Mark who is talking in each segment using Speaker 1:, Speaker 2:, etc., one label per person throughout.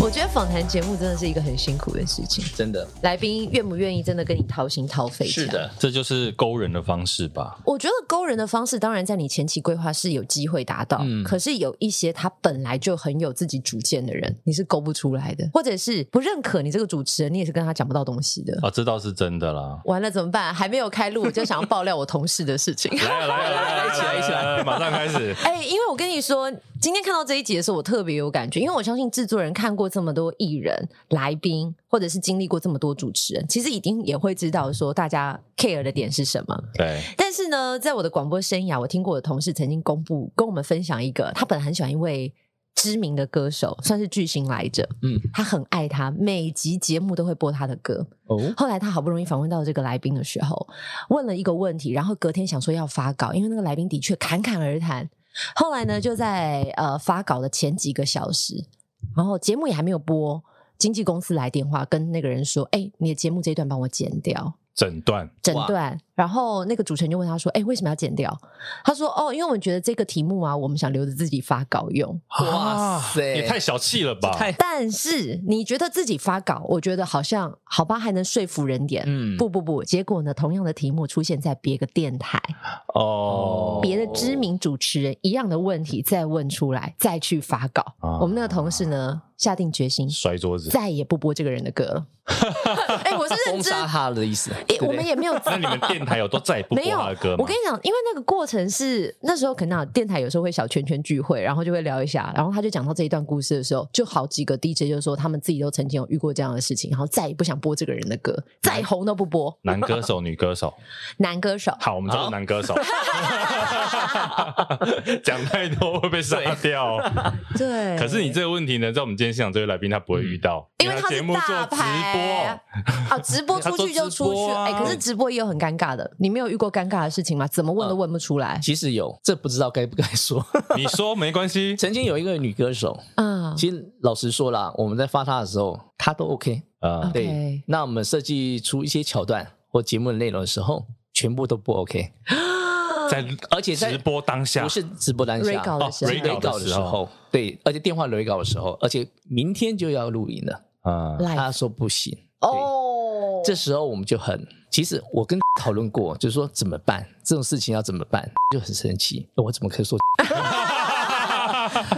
Speaker 1: 我觉得访谈节目真的是一个很辛苦的事情，
Speaker 2: 真的
Speaker 1: 来宾愿不愿意真的跟你掏心掏肺？
Speaker 2: 是。的，
Speaker 3: 这就是勾人的方式吧？
Speaker 1: 我觉得勾人的方式，当然在你前期规划是有机会达到，
Speaker 3: 嗯
Speaker 1: 可是有一些他本来就很有自己主见的人，你是勾不出来的，或者是不认可你这个主持人，你也是跟他讲不到东西的。
Speaker 2: 哦
Speaker 3: 啊，这倒是真的啦。
Speaker 1: 完了怎么办？还没有开录，我就想要爆料我同事的事情。
Speaker 3: 来啊来啊来啊，
Speaker 2: 一起来一起来
Speaker 3: 来，马上开始。
Speaker 1: 哎、因为我跟你说，今天看到这一集的时候，我特别有感觉，因为我相信制作人看过这么多艺人、来宾，或者是经历过这么多主持人，其实一定也会知道说大家 care 的点是什么。
Speaker 3: 对，
Speaker 1: 但是呢，在我的广播生涯，我听过我的同事曾经公布跟我们分享一个，他本来很喜欢一位知名的歌手，算是巨星来着，
Speaker 2: 嗯，
Speaker 1: 他很爱他，每集节目都会播他的歌。
Speaker 2: 哦，
Speaker 1: 后来他好不容易访问到这个来宾的时候，问了一个问题，然后隔天想说要发稿，因为那个来宾的确侃侃而谈。后来呢，就在呃发稿的前几个小时，然后节目也还没有播，经纪公司来电话跟那个人说：“哎、你的节目这一段帮我剪掉。”
Speaker 3: 诊断
Speaker 1: 诊断，然后那个主持人就问他说：“哎、为什么要剪掉？”他说：“哦，因为我们觉得这个题目啊，我们想留着自己发稿用。
Speaker 2: 哦哇塞
Speaker 3: 啊也太小气了吧？
Speaker 2: 太
Speaker 1: 但是你觉得自己发稿，我觉得好像好吧，还能说服人点。
Speaker 2: 嗯
Speaker 1: 不不不，结果呢，同样的题目出现在别个电台、
Speaker 3: 哦，
Speaker 1: 别的知名主持人一样的问题再问出来，再去发稿。
Speaker 3: 啊
Speaker 1: 我们那个同事呢，下定决心
Speaker 3: 摔桌子。
Speaker 1: 再也不播这个人的歌 了。哎、我是认
Speaker 2: 封
Speaker 1: 真，
Speaker 2: 杀他的意思，
Speaker 1: 哎、我们也没有
Speaker 3: 那你们电台有都再也不播
Speaker 1: 没有
Speaker 3: 他的歌吗？
Speaker 1: 我跟你讲，因为那个过程是那时候可能啊电台有时候会小圈圈聚会，然后就会聊一下，然后他就讲到这一段故事的时候，就好几个 DJ 就说他们自己都曾经有遇过这样的事情，然后再也不想播这个人的歌，再红都不播。
Speaker 3: 男歌手、女歌手，
Speaker 1: 男歌手，
Speaker 3: 好，我们找
Speaker 2: 好
Speaker 3: 男歌手。讲太多会被杀掉。
Speaker 1: 对，
Speaker 3: 可是你这个问题呢，在我们今天现场这位来宾他不会遇到，
Speaker 1: 因为
Speaker 3: 他
Speaker 1: 他
Speaker 3: 节
Speaker 1: 是
Speaker 3: 目做
Speaker 1: 大
Speaker 3: 直
Speaker 1: 牌
Speaker 3: 播，
Speaker 1: 哦，直播出去就出
Speaker 2: 他做直
Speaker 1: 去，
Speaker 2: 播啊
Speaker 1: 哎、可是直播也有很尴尬的，你没有遇过尴尬的事情吗？怎么问都问不出来
Speaker 2: 其实有，这不知道该不该说。
Speaker 3: 你说没关系
Speaker 2: 曾经有一个女歌手，
Speaker 1: 啊。
Speaker 2: 其实老实说啦，我们在发她的时候，她都 OK。
Speaker 3: 啊
Speaker 1: OK
Speaker 2: 对，那我们设计出一些桥段或节目的内容的时候，全部都不 OK，
Speaker 3: 在
Speaker 2: 而且在
Speaker 3: 直播当下哦
Speaker 2: 不是直播单
Speaker 1: 蕊
Speaker 2: 下，
Speaker 1: 稿的时候，
Speaker 3: 蕊
Speaker 2: 雷稿的时候，对，而且电话雷稿的时候，而且明天就要录影了，
Speaker 3: 啊，
Speaker 1: Live
Speaker 2: 他说不行。对，
Speaker 1: 哦，
Speaker 2: 这时候我们就很，其实我跟 讨论过，就是说怎么办，这种事情要怎么办，就很生气，我怎么可以说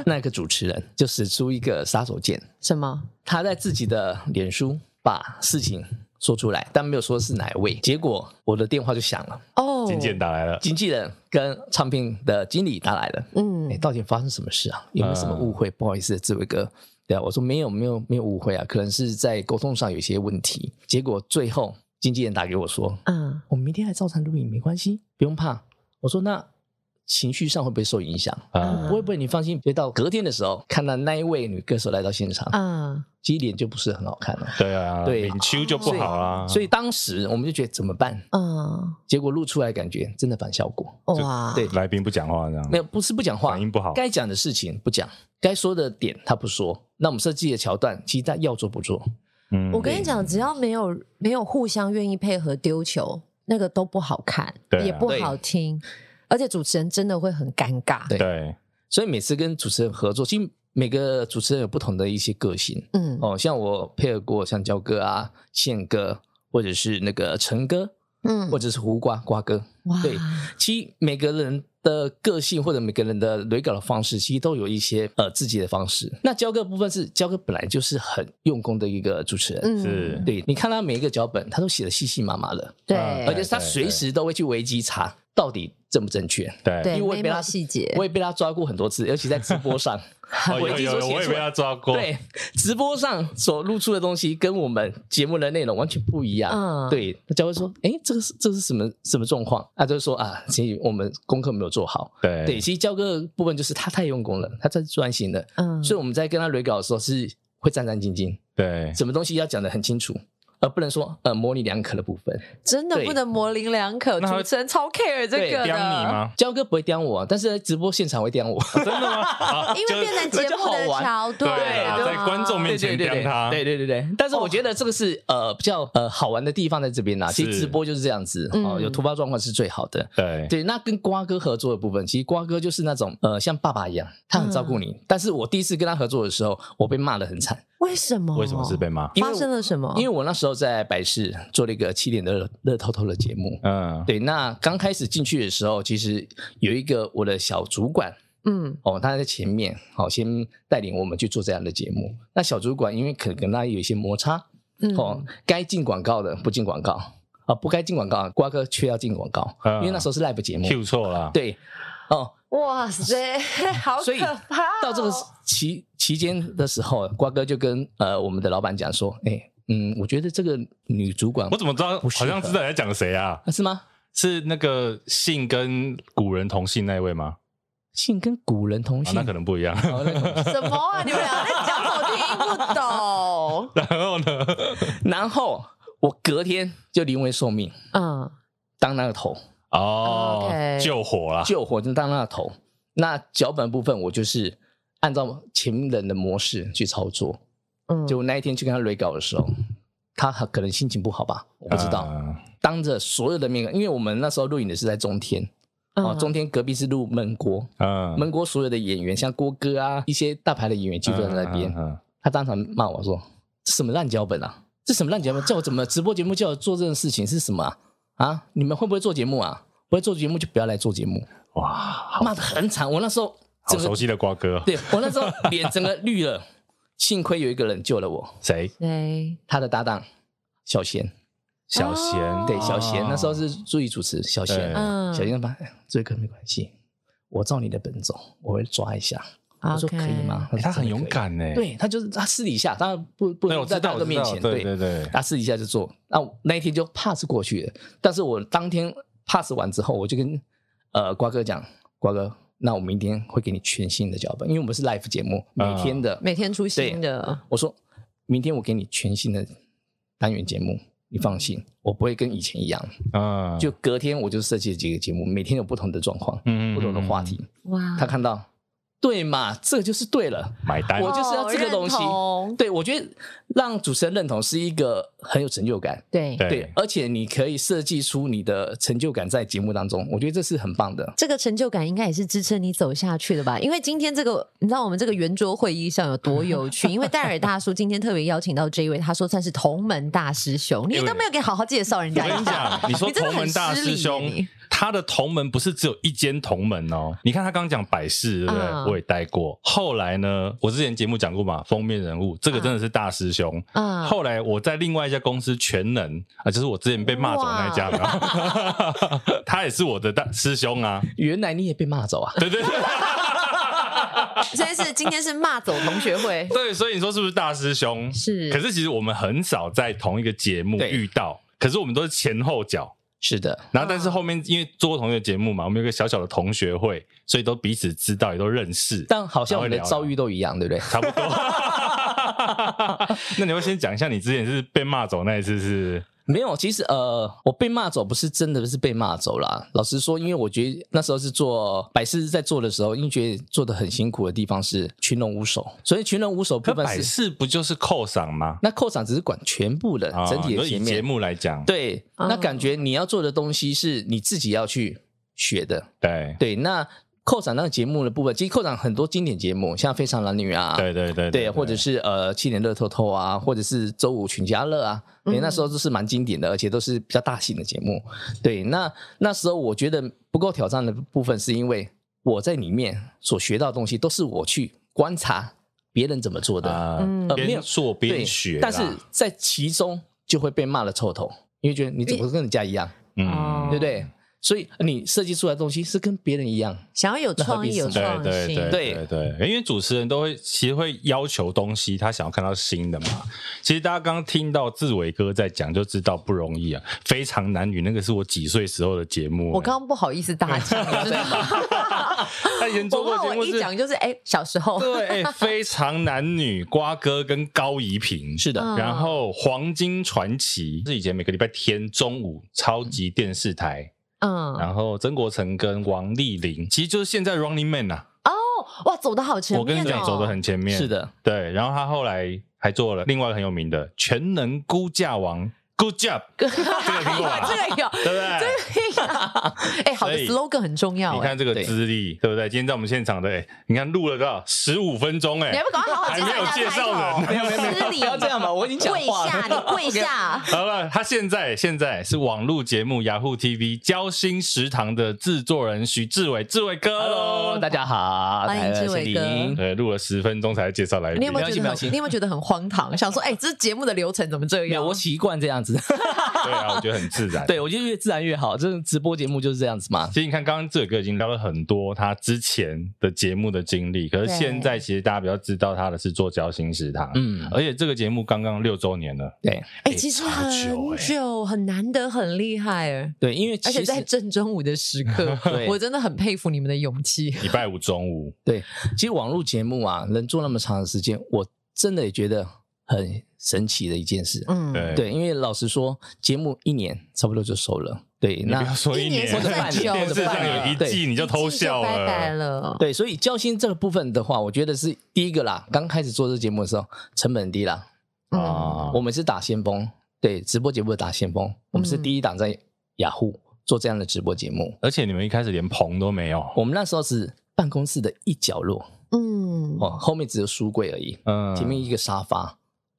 Speaker 2: 那个主持人就使出一个杀手锏，
Speaker 1: 什么？
Speaker 2: 他在自己的脸书把事情说出来，但没有说是哪一位，结果我的电话就响了，
Speaker 1: 哦，
Speaker 3: 金健打来了，
Speaker 2: 经纪人跟唱片的经理打来了。
Speaker 1: 嗯
Speaker 2: 哎、，到底发生什么事啊？有没有什么误会？不好意思，志伟哥，对啊，我说没有，没有，没有误会啊，可能是在沟通上有一些问题。结果最后经纪人打给我说，
Speaker 1: 嗯，
Speaker 2: 我们明天还照常录影，没关系，不用怕。我说那情绪上会不会受影响？
Speaker 3: 啊
Speaker 1: 嗯
Speaker 2: 不会不会，你放心，别到隔天的时候，看到那一位女歌手来到现场，
Speaker 1: 嗯，
Speaker 2: 其实脸就不是很好看了、
Speaker 3: 对啊，
Speaker 2: 对
Speaker 3: 领秋就不好啊啦，
Speaker 2: 所以当时我们就觉得怎么办？
Speaker 1: 嗯，
Speaker 2: 结果录出来感觉真的反效果，
Speaker 1: 哇，
Speaker 2: 对
Speaker 3: 来宾不讲话这样
Speaker 2: 没，有不是不讲话，
Speaker 3: 反应不好
Speaker 2: 该讲的事情不讲，该说的点他不说。那我们设计的桥段，其实他要做不做，
Speaker 3: 嗯
Speaker 1: 我跟你讲，只要没有没有互相愿意配合丢球，那个都不好看，
Speaker 3: 对啊
Speaker 1: 也不好听，而且主持人真的会很尴尬。
Speaker 2: 对
Speaker 3: 对，
Speaker 2: 所以每次跟主持人合作，其实每个主持人有不同的一些个性。
Speaker 1: 嗯，
Speaker 2: 哦，像我配合过像焦哥啊、宪哥，或者是那个陈哥，
Speaker 1: 嗯
Speaker 2: 或者是胡瓜瓜哥。
Speaker 1: 哇
Speaker 2: 对，其实每个人的个性或者每个人的雷稿的方式，其实都有一些呃自己的方式。那焦哥的部分是焦哥本来就是很用功的一个主持人，
Speaker 1: 嗯
Speaker 3: 是
Speaker 2: 对，你看他每一个脚本，他都写的细细麻麻的，
Speaker 1: 对，
Speaker 3: 嗯
Speaker 2: 啊而且他随时都会去维基查到底正不正确。
Speaker 3: 对哦
Speaker 1: 对，
Speaker 2: 因为我也
Speaker 1: 眉
Speaker 2: 被
Speaker 1: 毛
Speaker 2: 他
Speaker 1: 细节，
Speaker 2: 我也被他抓过很多次，尤其在直播上，
Speaker 3: 哦有
Speaker 2: 维基
Speaker 3: 有
Speaker 2: 所
Speaker 3: 有，
Speaker 2: 写
Speaker 3: 我也
Speaker 2: 出
Speaker 3: 被
Speaker 2: 来
Speaker 3: 他。抓过，
Speaker 2: 对，直播上所露出的东西跟我们节目的内容完全不一样。
Speaker 1: 嗯
Speaker 2: 对，他就会说，哎，这个是这是什么什么状况？他就说啊，其实我们功课没有做好。
Speaker 3: 对
Speaker 2: 对，其实教哥的部分就是他太用功了，他太专心了，
Speaker 1: 嗯
Speaker 2: 所以我们在跟他雷稿的时候是会战战兢兢，
Speaker 3: 对
Speaker 2: 什么东西要讲的很清楚，而不能说呃模棱两可的部分。
Speaker 4: 真的
Speaker 2: 对
Speaker 4: 不能模棱两可，
Speaker 3: 那他
Speaker 4: 主
Speaker 3: 会
Speaker 4: 持人超 care 这个
Speaker 3: 刁你
Speaker 4: 的，
Speaker 3: 吗？
Speaker 2: 焦哥不会刁我，啊但是在直播现场会刁我。
Speaker 3: 真的吗？啊
Speaker 4: 因为变成
Speaker 2: 这
Speaker 4: 节
Speaker 2: 就
Speaker 4: 目的
Speaker 2: 好玩
Speaker 4: 桥
Speaker 3: 对
Speaker 4: 段
Speaker 3: 啦，
Speaker 4: 啊，
Speaker 3: 在观众面前
Speaker 2: 对
Speaker 3: 刁
Speaker 2: 对
Speaker 3: 他，
Speaker 2: 对对对对。但是我觉得这个是呃比较呃好玩的地方在这边啦。其实
Speaker 3: 是
Speaker 2: 直播就是这样子，哦，
Speaker 4: 嗯
Speaker 2: 有突发状况是最好的。
Speaker 3: 对
Speaker 2: 对，那跟瓜哥合作的部分，其实瓜哥就是那种呃像爸爸一样，他很照顾你。但是我第一次跟他合作的时候，我被骂得很惨，
Speaker 4: 为什么？
Speaker 3: 为什么是被骂？
Speaker 2: 因为
Speaker 4: 发
Speaker 2: 我
Speaker 4: 生了什么？
Speaker 2: 因为我那时候在百事做了一个七点的热热透透的节目。
Speaker 3: 嗯，
Speaker 2: 对，那刚开始进去的时候，其实有一个我的小主管，
Speaker 4: 嗯
Speaker 2: 哦，他在前面，好、先带领我们去做这样的节目。那小主管因为可能跟他有一些摩擦，
Speaker 4: 嗯
Speaker 2: 哦，该进广告的不进广告，啊，不该进广告，瓜哥却要进广告，
Speaker 3: 嗯
Speaker 2: 因为那时候是 live 节目，
Speaker 3: Q 错了，啊
Speaker 2: 对，哦，
Speaker 4: 哇塞，好
Speaker 2: 所以
Speaker 4: 可怕哦！
Speaker 2: 到这个期期间的时候，瓜哥就跟呃我们的老板讲说，哎，嗯，我觉得这个女主管
Speaker 3: 我怎么知道？
Speaker 2: 不适合
Speaker 3: 好像知道你在讲谁啊？
Speaker 2: 啊是吗？
Speaker 3: 是那个姓跟古人同姓那一位吗？
Speaker 2: 性跟古人同
Speaker 3: 啊，
Speaker 2: 姓，
Speaker 3: 那可能不一样。
Speaker 2: 哦那可能
Speaker 4: 什么啊？你们俩在讲什么？我听不懂。
Speaker 3: 然后呢？
Speaker 2: 然后我隔天就临危受命，
Speaker 4: 嗯，
Speaker 2: 当那个头。
Speaker 3: 哦
Speaker 4: OK，
Speaker 3: 救火啦，
Speaker 2: 救火就当那头。那脚本部分，我就是按照前人的模式去操作。
Speaker 4: 嗯
Speaker 2: 就那一天去跟他 re 稿的时候，他很可能心情不好吧，我不知道。
Speaker 3: 嗯
Speaker 2: 当着所有的面，因为我们那时候录影的是在中天，
Speaker 1: 嗯
Speaker 2: 哦，
Speaker 4: 嗯
Speaker 2: 中天隔壁是录闷锅，
Speaker 3: 嗯，
Speaker 2: 闷锅所有的演员，像郭哥啊，一些大牌的演员，就坐在那边。
Speaker 3: 嗯嗯
Speaker 2: 他当场骂我说：“这什么烂脚本啊！这什么烂脚本？叫我怎么直播节目叫我做这种事情是什么啊？啊，你们会不会做节目啊？不会做节目就不要来做节目。”
Speaker 3: 哇，
Speaker 2: 骂的很惨。我那时候
Speaker 3: 好
Speaker 2: 整
Speaker 3: 熟
Speaker 2: 个
Speaker 3: 悉的瓜哥，
Speaker 2: 对我那时候脸整个绿了，幸亏有一个人救了我，
Speaker 3: 谁？
Speaker 4: 谁？
Speaker 2: 他的搭档小贤，
Speaker 3: 小贤，
Speaker 2: 对小贤
Speaker 3: 贤，
Speaker 2: 那时候是助理主持小贤
Speaker 3: 哦对，
Speaker 4: 嗯
Speaker 2: 呃小贤吧，哎这个没关系，我照你的本走，我会抓一下。
Speaker 1: 啊
Speaker 2: 我说
Speaker 4: OK
Speaker 2: 可以吗？
Speaker 3: 欸他很
Speaker 2: 说真的可以
Speaker 3: 勇，敢呢。
Speaker 2: 对他就是他私底下，当然不不
Speaker 3: 对，我
Speaker 2: 能在
Speaker 3: 知
Speaker 2: 大
Speaker 3: 道，
Speaker 2: 家
Speaker 3: 我
Speaker 2: 的
Speaker 3: 知
Speaker 2: 面
Speaker 3: 道，
Speaker 2: 前，
Speaker 3: 对对对，
Speaker 2: 他私底下就做。那我那一天就 pass 过去了，但是我当天 pass 完之后，我就跟呃瓜哥讲，瓜哥，那我明天会给你全新的脚本，因为我们是 live 节目，每
Speaker 3: 啊
Speaker 2: 天的。
Speaker 1: 嗯
Speaker 4: 每天出新的，
Speaker 2: 我说明天我给你全新的单元节目，你放心，我不会跟以前一样。
Speaker 3: 嗯，
Speaker 2: 就隔天我就设计了几个节目，每天有不同的状况，
Speaker 3: 嗯
Speaker 2: 不同的话，题。
Speaker 4: 哇
Speaker 2: 他看到，对嘛，这就是对了。
Speaker 3: 嗯嗯买单
Speaker 2: 我，就是要这个东西
Speaker 4: 哦认同
Speaker 2: 对，我觉得让主持人认同是一个很有成就感。
Speaker 4: 对
Speaker 3: 对
Speaker 2: 对，而且你可以设计出你的成就感在节目当中，我觉得这是很棒的。
Speaker 4: 这个成就感应该也是支撑你走下去的吧？因为今天这个，你知道我们这个圆桌会议上有多有趣？因为戴尔大叔今天特别邀请到这一位，他说算是同门大师兄，你
Speaker 3: 因为
Speaker 4: 都没有给好好介绍人
Speaker 3: 我
Speaker 4: 家
Speaker 3: 跟
Speaker 4: 一
Speaker 3: 你
Speaker 4: 下。
Speaker 3: 讲，你说
Speaker 4: 啊真的
Speaker 3: 同门
Speaker 4: 很
Speaker 3: 大
Speaker 4: 失
Speaker 3: 师
Speaker 4: 礼耶
Speaker 3: 兄
Speaker 4: 你，
Speaker 3: 他的同门不是只有一间同门哦。你看他刚讲百事，对不对？
Speaker 4: 嗯
Speaker 3: 我也待过。后来呢，我之前节目讲过嘛，封面人物这个真的是大师兄。
Speaker 4: 嗯
Speaker 3: 后来我在另外一家公司全能啊，就是我之前被骂走那一家的， 他也是我的大师兄啊。
Speaker 2: 原来你也被骂走 啊？
Speaker 3: 对 对对，
Speaker 4: 所以是今天是骂走同学 会，
Speaker 3: 对，所以你说是不是大师兄？
Speaker 4: 是
Speaker 3: 可是其实我们很少在同一个节目
Speaker 2: 对
Speaker 3: 遇到，可是我们都是前后脚。
Speaker 2: 是的，
Speaker 3: 然后，但是后面因为做过同一个节目嘛，我们有个小小的同学会，所以都彼此知道，也都认识，
Speaker 2: 但好像我们的遭遇都一样，对不对？
Speaker 3: 差不多。 那你会先讲一下你之前是被骂走那一次是？
Speaker 2: 没有，其实呃，我被骂走不是真的是被骂走啦。老实说，因为我觉得那时候是做百事在做的时候，因为觉得做的很辛苦的地方是群龙无首，所以群龙无首部
Speaker 3: 可
Speaker 2: 分
Speaker 3: 百
Speaker 2: 是
Speaker 3: 事不就是扣赏吗？
Speaker 2: 那扣场只是管全部人、整
Speaker 3: 啊
Speaker 2: 体的
Speaker 3: 你说
Speaker 2: 前
Speaker 3: 以节
Speaker 2: 面。
Speaker 3: 目来讲，
Speaker 2: 对，
Speaker 4: 哦
Speaker 2: 那感觉你要做的东西是你自己要去学的。
Speaker 3: 对
Speaker 2: 对，那扣场那个节目的部分，其实扣场很多经典节目，像《非常男女》啊，
Speaker 3: 对对对
Speaker 2: 对，或者是呃七年乐透透啊，或者是周五群家乐啊，
Speaker 4: 嗯
Speaker 2: 对，那时候都是蛮经典的，而且都是比较大型的节目。对，那那时候我觉得不够挑战的部分，是因为我在里面所学到的东西都是我去观察别人怎么做的，
Speaker 3: 啊
Speaker 4: 嗯，
Speaker 2: 呃没有
Speaker 3: 边做
Speaker 2: 对，
Speaker 3: 边学啦，
Speaker 2: 但是在其中就会被骂了臭头，因为觉得你怎么跟人家一样，
Speaker 3: 嗯
Speaker 4: 哦
Speaker 2: 对不对？所以你设计出来的东西是跟别人一样，
Speaker 4: 想要有创意、有
Speaker 3: 对
Speaker 4: 创
Speaker 3: 对
Speaker 4: 新，
Speaker 3: 对对对，因为主持人都会其实会要求东西，他想要看到新的嘛。其实大家刚刚听到志伟哥在讲，就知道不容易啊，非常难与那个是我几岁时候的节目、欸
Speaker 1: 我刚刚不好意思大讲， 真的
Speaker 3: 他以前做
Speaker 1: 我
Speaker 3: 过
Speaker 1: 怕
Speaker 3: 的节
Speaker 1: 我
Speaker 3: 目
Speaker 1: 一
Speaker 3: 是，
Speaker 1: 讲就是哎、小时候
Speaker 3: 对，哎、非常男女瓜哥跟高怡平
Speaker 2: 是的，
Speaker 1: 嗯
Speaker 3: 然后《黄金传奇》是以前每个礼拜天中午超级电视台，
Speaker 1: 嗯
Speaker 3: 然后曾国成跟王丽玲，其实就是现在 Running Man 呐、
Speaker 1: 哇走的好前面、哦，
Speaker 3: 我跟你讲，走的很前面，
Speaker 2: 是，的，
Speaker 3: 对。然后他后来还做了另外一个很有名的《全能估价王》，Good job，这个听过吧？
Speaker 1: 这个有。
Speaker 3: 对不对？
Speaker 1: 哎、好的
Speaker 3: 啊所以
Speaker 1: slogan 很重要
Speaker 3: 你
Speaker 1: 哎、
Speaker 3: 看这个
Speaker 2: 对
Speaker 3: 资历，对不对？今天在我们现场的，哎，你看录了多少？十五分钟，哎
Speaker 1: 你还，不赶快好好
Speaker 3: 还没有介绍人
Speaker 1: 人，失礼，
Speaker 2: 不要这样吧，我已经讲
Speaker 1: 跪
Speaker 2: 话
Speaker 1: 下，你
Speaker 2: 了。
Speaker 1: 跪下。
Speaker 3: 好了，他现在现在是网络节目雅虎 TV 交心食堂的制作人许志伟，志伟哥
Speaker 2: Hello，大家好，
Speaker 1: 欢迎
Speaker 2: 来
Speaker 1: 志伟哥啊
Speaker 2: 谢林
Speaker 3: 对，录了十分钟才介绍来
Speaker 1: 你
Speaker 3: 宾
Speaker 1: 有没有觉
Speaker 2: 没
Speaker 1: 得
Speaker 2: 关系
Speaker 1: 很？你有没有觉得很荒唐？想说，哎、这节目的流程怎么这
Speaker 2: 没有，
Speaker 1: 样？
Speaker 2: 我习惯这样子，
Speaker 3: 对啊，我觉得很自然。
Speaker 2: 对我觉得越自然越好。这种直播节目就是这样子嘛。
Speaker 3: 其实你看，刚刚志伟哥已经聊了很多他之前的节目的经历，可是
Speaker 4: 对
Speaker 3: 现在其实大家比较知道他的是做交心食堂，
Speaker 2: 嗯，
Speaker 3: 而且这个节目刚刚六周年了，
Speaker 2: 对
Speaker 1: 哎、其实很
Speaker 3: 哎超久哎
Speaker 1: 久，很难得，很厉害哎。
Speaker 2: 对，因为其
Speaker 1: 而
Speaker 2: 实
Speaker 1: 且在正中午的时刻
Speaker 2: 对，
Speaker 1: 我真的很佩服你们的勇气。
Speaker 3: 礼拜五中午，
Speaker 2: 对，其实网络节目啊，能做那么长的时间，我真的也觉得很神奇的一件事。
Speaker 1: 嗯，
Speaker 3: 对
Speaker 2: 对，因为老实说，节目一年差不多就收了。对，
Speaker 3: 你不要
Speaker 2: 那
Speaker 3: 说
Speaker 1: 一
Speaker 3: 一
Speaker 1: 年
Speaker 3: 年，
Speaker 1: 是算久
Speaker 3: 电视上有一
Speaker 2: 对
Speaker 3: 季你就偷笑
Speaker 1: 一季就拜拜
Speaker 3: 了，
Speaker 1: 了。
Speaker 2: 对，所以交心这个部分的话，我觉得是第一个啦。刚开始做这节目的时候，成本很低啦，
Speaker 1: 嗯
Speaker 3: 啊
Speaker 2: 我们是打先锋，对，直播节目的打先锋，
Speaker 1: 嗯
Speaker 2: 我们是第一档在雅虎做这样的直播节目。
Speaker 3: 而且你们一开始连棚都没有，
Speaker 2: 我们那时候是办公室的一角落，
Speaker 1: 嗯，
Speaker 2: 哦，后面只有书柜而已，
Speaker 3: 嗯
Speaker 2: 前面一个沙发，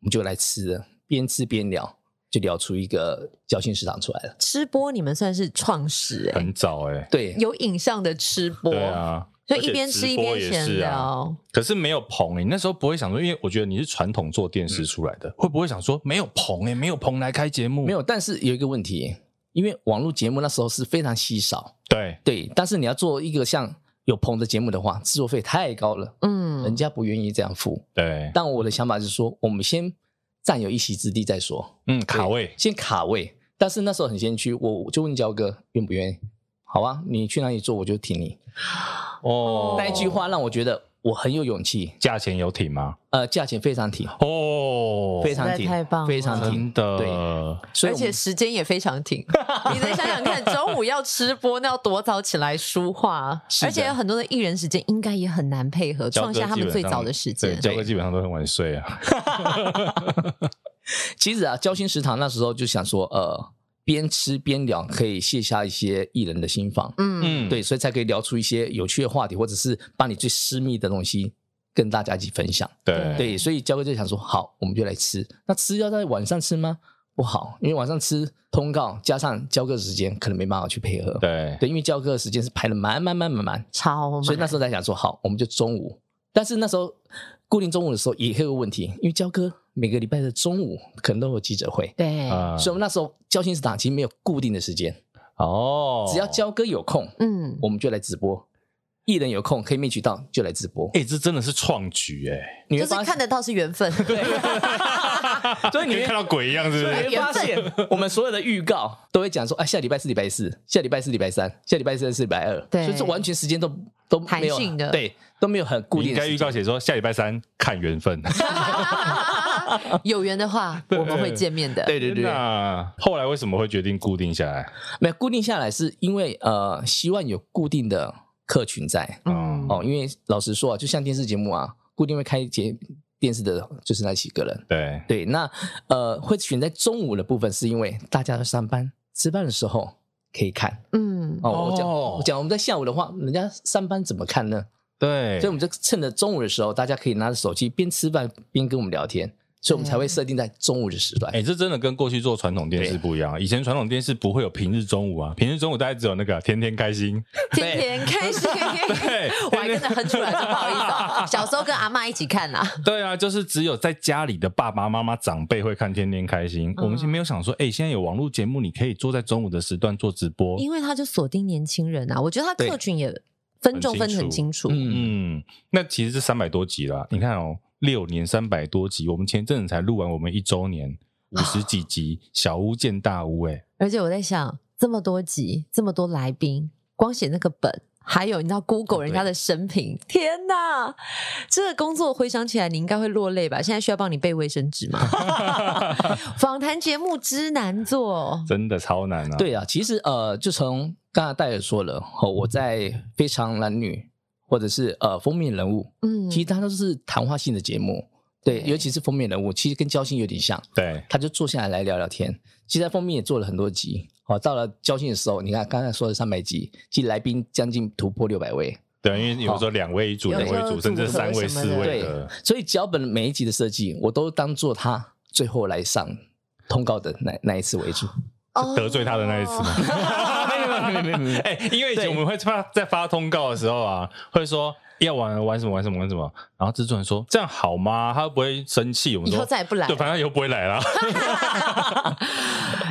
Speaker 2: 我们就来吃了，边吃边聊，就聊出一个交心市场出来了。
Speaker 1: 吃播你们算是创始哎、
Speaker 3: 很早哎、
Speaker 2: 对，
Speaker 1: 有影像的吃播，
Speaker 3: 对啊，
Speaker 1: 所以一边吃一边
Speaker 3: 而且直播
Speaker 1: 闲
Speaker 3: 也是啊。
Speaker 1: 聊。
Speaker 3: 可是没有棚、欸，你那时候不会想说，因为我觉得你是传统做电
Speaker 2: 嗯
Speaker 3: 视出来的，会不会想说没有棚、欸？哎，没有棚来开节目，
Speaker 2: 没有，但是有一个问题，因为网络节目那时候是非常稀少，
Speaker 3: 对，
Speaker 2: 对，但是你要做一个像有棚的节目的话，制作费太高了，人
Speaker 1: 嗯，
Speaker 2: 家不愿意这样付。
Speaker 3: 对，
Speaker 2: 但我的想法是说，我们先占有一席之地再说，
Speaker 3: 嗯，卡位
Speaker 2: 先卡位。但是那时候很先驱，我我就问焦哥愿不愿意，好啊，你去哪里做我就挺你。
Speaker 3: 哦
Speaker 2: 那一句，话让我觉得我很有勇气，
Speaker 3: 价钱有挺吗？
Speaker 2: 呃，价钱非常挺，
Speaker 3: 哦，
Speaker 2: 非常
Speaker 1: 实在
Speaker 2: 挺，
Speaker 1: 太棒了
Speaker 2: 非常挺
Speaker 3: 真。的，
Speaker 2: 对所
Speaker 1: 而
Speaker 2: 以我们
Speaker 1: 且时间也非常 挺。你能想想看，中午要吃播，那要多早起来梳化？
Speaker 2: 是的
Speaker 1: 而且有很多的艺人时间应该也很难配合，
Speaker 3: 焦哥
Speaker 1: 创下他们最早的时
Speaker 3: 对
Speaker 1: 间。
Speaker 3: 焦哥基本上都很晚睡啊，
Speaker 2: 其实啊，交心食堂那时候就想说，呃，边吃边聊，可以卸下一些艺人的心防，
Speaker 1: 嗯，
Speaker 3: 嗯，
Speaker 2: 对，所以才可以聊出一些有趣的话题，或者是把你最私密的东西跟大家一起分享。
Speaker 3: 对
Speaker 2: 对，所以焦哥就想说，好，我们就来吃。那吃要在晚上吃吗？不好，因为晚上吃通告加上焦哥的时间，可能没办法去配合。
Speaker 3: 对哦
Speaker 2: 对，因为焦哥的时间是排的满满满满满，
Speaker 1: 超
Speaker 2: 所以那时候在想说，好，我们就中午。但是那时候固定中午的时候也会有问题，因为焦哥每个礼拜的中午可能都有记者会，
Speaker 1: 对，
Speaker 3: 啊
Speaker 2: 所以我们那时候交心市场其实没有固定的时间，
Speaker 3: 哦，
Speaker 2: 只要焦哥有空，
Speaker 1: 嗯，
Speaker 2: 我们就来直播。艺人有空可以 match 到就来直播，
Speaker 3: 哎、这真的是创举哎、
Speaker 2: 你
Speaker 1: 就
Speaker 2: 会
Speaker 1: 是
Speaker 2: 发
Speaker 1: 看
Speaker 2: 现，
Speaker 1: 得到是缘 分。
Speaker 2: 所以你
Speaker 3: 跟
Speaker 2: 会
Speaker 3: 看到鬼一样，是不
Speaker 2: 你
Speaker 3: 是？
Speaker 2: 会发现，我们所有的预告都会讲说，哎，下礼拜是礼拜四，下礼拜是礼拜三，下礼拜三是礼拜二，
Speaker 1: 对
Speaker 2: 所以这完全时间都都没有
Speaker 1: 弹性的
Speaker 2: 对，都没有很固
Speaker 3: 你
Speaker 2: 定
Speaker 3: 应
Speaker 2: 的
Speaker 3: 该
Speaker 2: 时
Speaker 3: 预
Speaker 2: 间。
Speaker 3: 告写说下礼拜三看缘分。
Speaker 1: 有缘的话，我们会见面的。
Speaker 2: 对对对，
Speaker 3: 那后来为什么会决定固定下来？
Speaker 2: 没有固定下来，是因为呃，希望有固定的客群在
Speaker 1: 嗯，
Speaker 2: 哦。因为老实说啊，就像电视节目啊，固定会开节电视的就是那几个人。
Speaker 3: 对，
Speaker 2: 对，那呃，会选在中午的部分，是因为大家都上班吃饭的时候可以看
Speaker 1: 嗯，
Speaker 2: 哦。我讲
Speaker 3: 哦
Speaker 2: 我讲我们在下午的话，人家上班怎么看呢？
Speaker 3: 对
Speaker 2: 所以我们就趁着中午的时候，大家可以拿着手机边吃饭边跟我们聊天，所以我们才会设定在中午的时段
Speaker 3: 哎、。这真的跟过去做传统电视不一样。以前传统电视不会有平日中午啊，平日中午大概只有那个啊天天开心，
Speaker 1: 天天开心，
Speaker 3: 对
Speaker 1: 我还跟着哼出来，真不好意思 啊。
Speaker 3: 哦
Speaker 1: 小时候跟阿嬷一起看呐、
Speaker 3: 对啊，就是只有在家里的爸爸妈妈长辈会看天天开心。
Speaker 1: 嗯
Speaker 3: 我们就没有想说，哎、现在有网络节目，你可以坐在中午的时段做直播。
Speaker 4: 因为他就锁定年轻人啊，我觉得他
Speaker 2: 对
Speaker 4: 客群也分众分得很
Speaker 3: 很
Speaker 4: 清
Speaker 3: 清
Speaker 4: 楚。
Speaker 2: 嗯
Speaker 3: 嗯，那其实是三百多集啦，你看哦，六年三百多集，我们前阵子才录完我们一周年
Speaker 1: 啊
Speaker 3: 五十几集，小巫见大巫、哎，
Speaker 4: 而且我在想，这么多集，这么多来宾，光写那个本，还有你知道 Google 人家的生平，天哪！这个工作回想起来，你应该会落泪吧？现在需要帮你备卫生纸吗？访谈节目之难做，
Speaker 3: 真的超难啊！，
Speaker 2: 对啊，其实呃，就从刚才戴尔说了，哦，我在《非常男女》或者是呃封面人物，
Speaker 4: 嗯
Speaker 2: 其实它都是谈话性的节目，对，
Speaker 4: 对
Speaker 2: 尤其是封面人物，其实跟交心有点像，
Speaker 3: 对，
Speaker 2: 他就坐下来来聊聊天。其实，在封面也做了很多集，哦，到了交心的时候，你看刚才说的三百集，其实来宾将近突破六百位，
Speaker 3: 对，因为有时候两位一组、
Speaker 4: 有
Speaker 3: 两位一
Speaker 4: 时候
Speaker 3: 组，甚至
Speaker 4: 组合
Speaker 3: 三位、
Speaker 4: 什么
Speaker 3: 四
Speaker 4: 的
Speaker 3: 位
Speaker 2: 对
Speaker 3: 的，，
Speaker 2: 所以脚本每一集的设计，我都当做他最后来上通告的那那一次为主。
Speaker 3: 哦
Speaker 4: 哦
Speaker 3: 得罪他的那一次吗？
Speaker 2: 没有没有没有没有
Speaker 3: 哎、因为以前
Speaker 2: 对
Speaker 3: 我们会发在发通告的时候啊，会说要玩玩什么玩什么玩什么，然后制作人说这样好吗？他会不会生气？我们
Speaker 1: 以
Speaker 3: 说
Speaker 1: 后再也不来
Speaker 2: 啊
Speaker 3: 对，
Speaker 1: 了。
Speaker 3: 反正以后不会来 啦。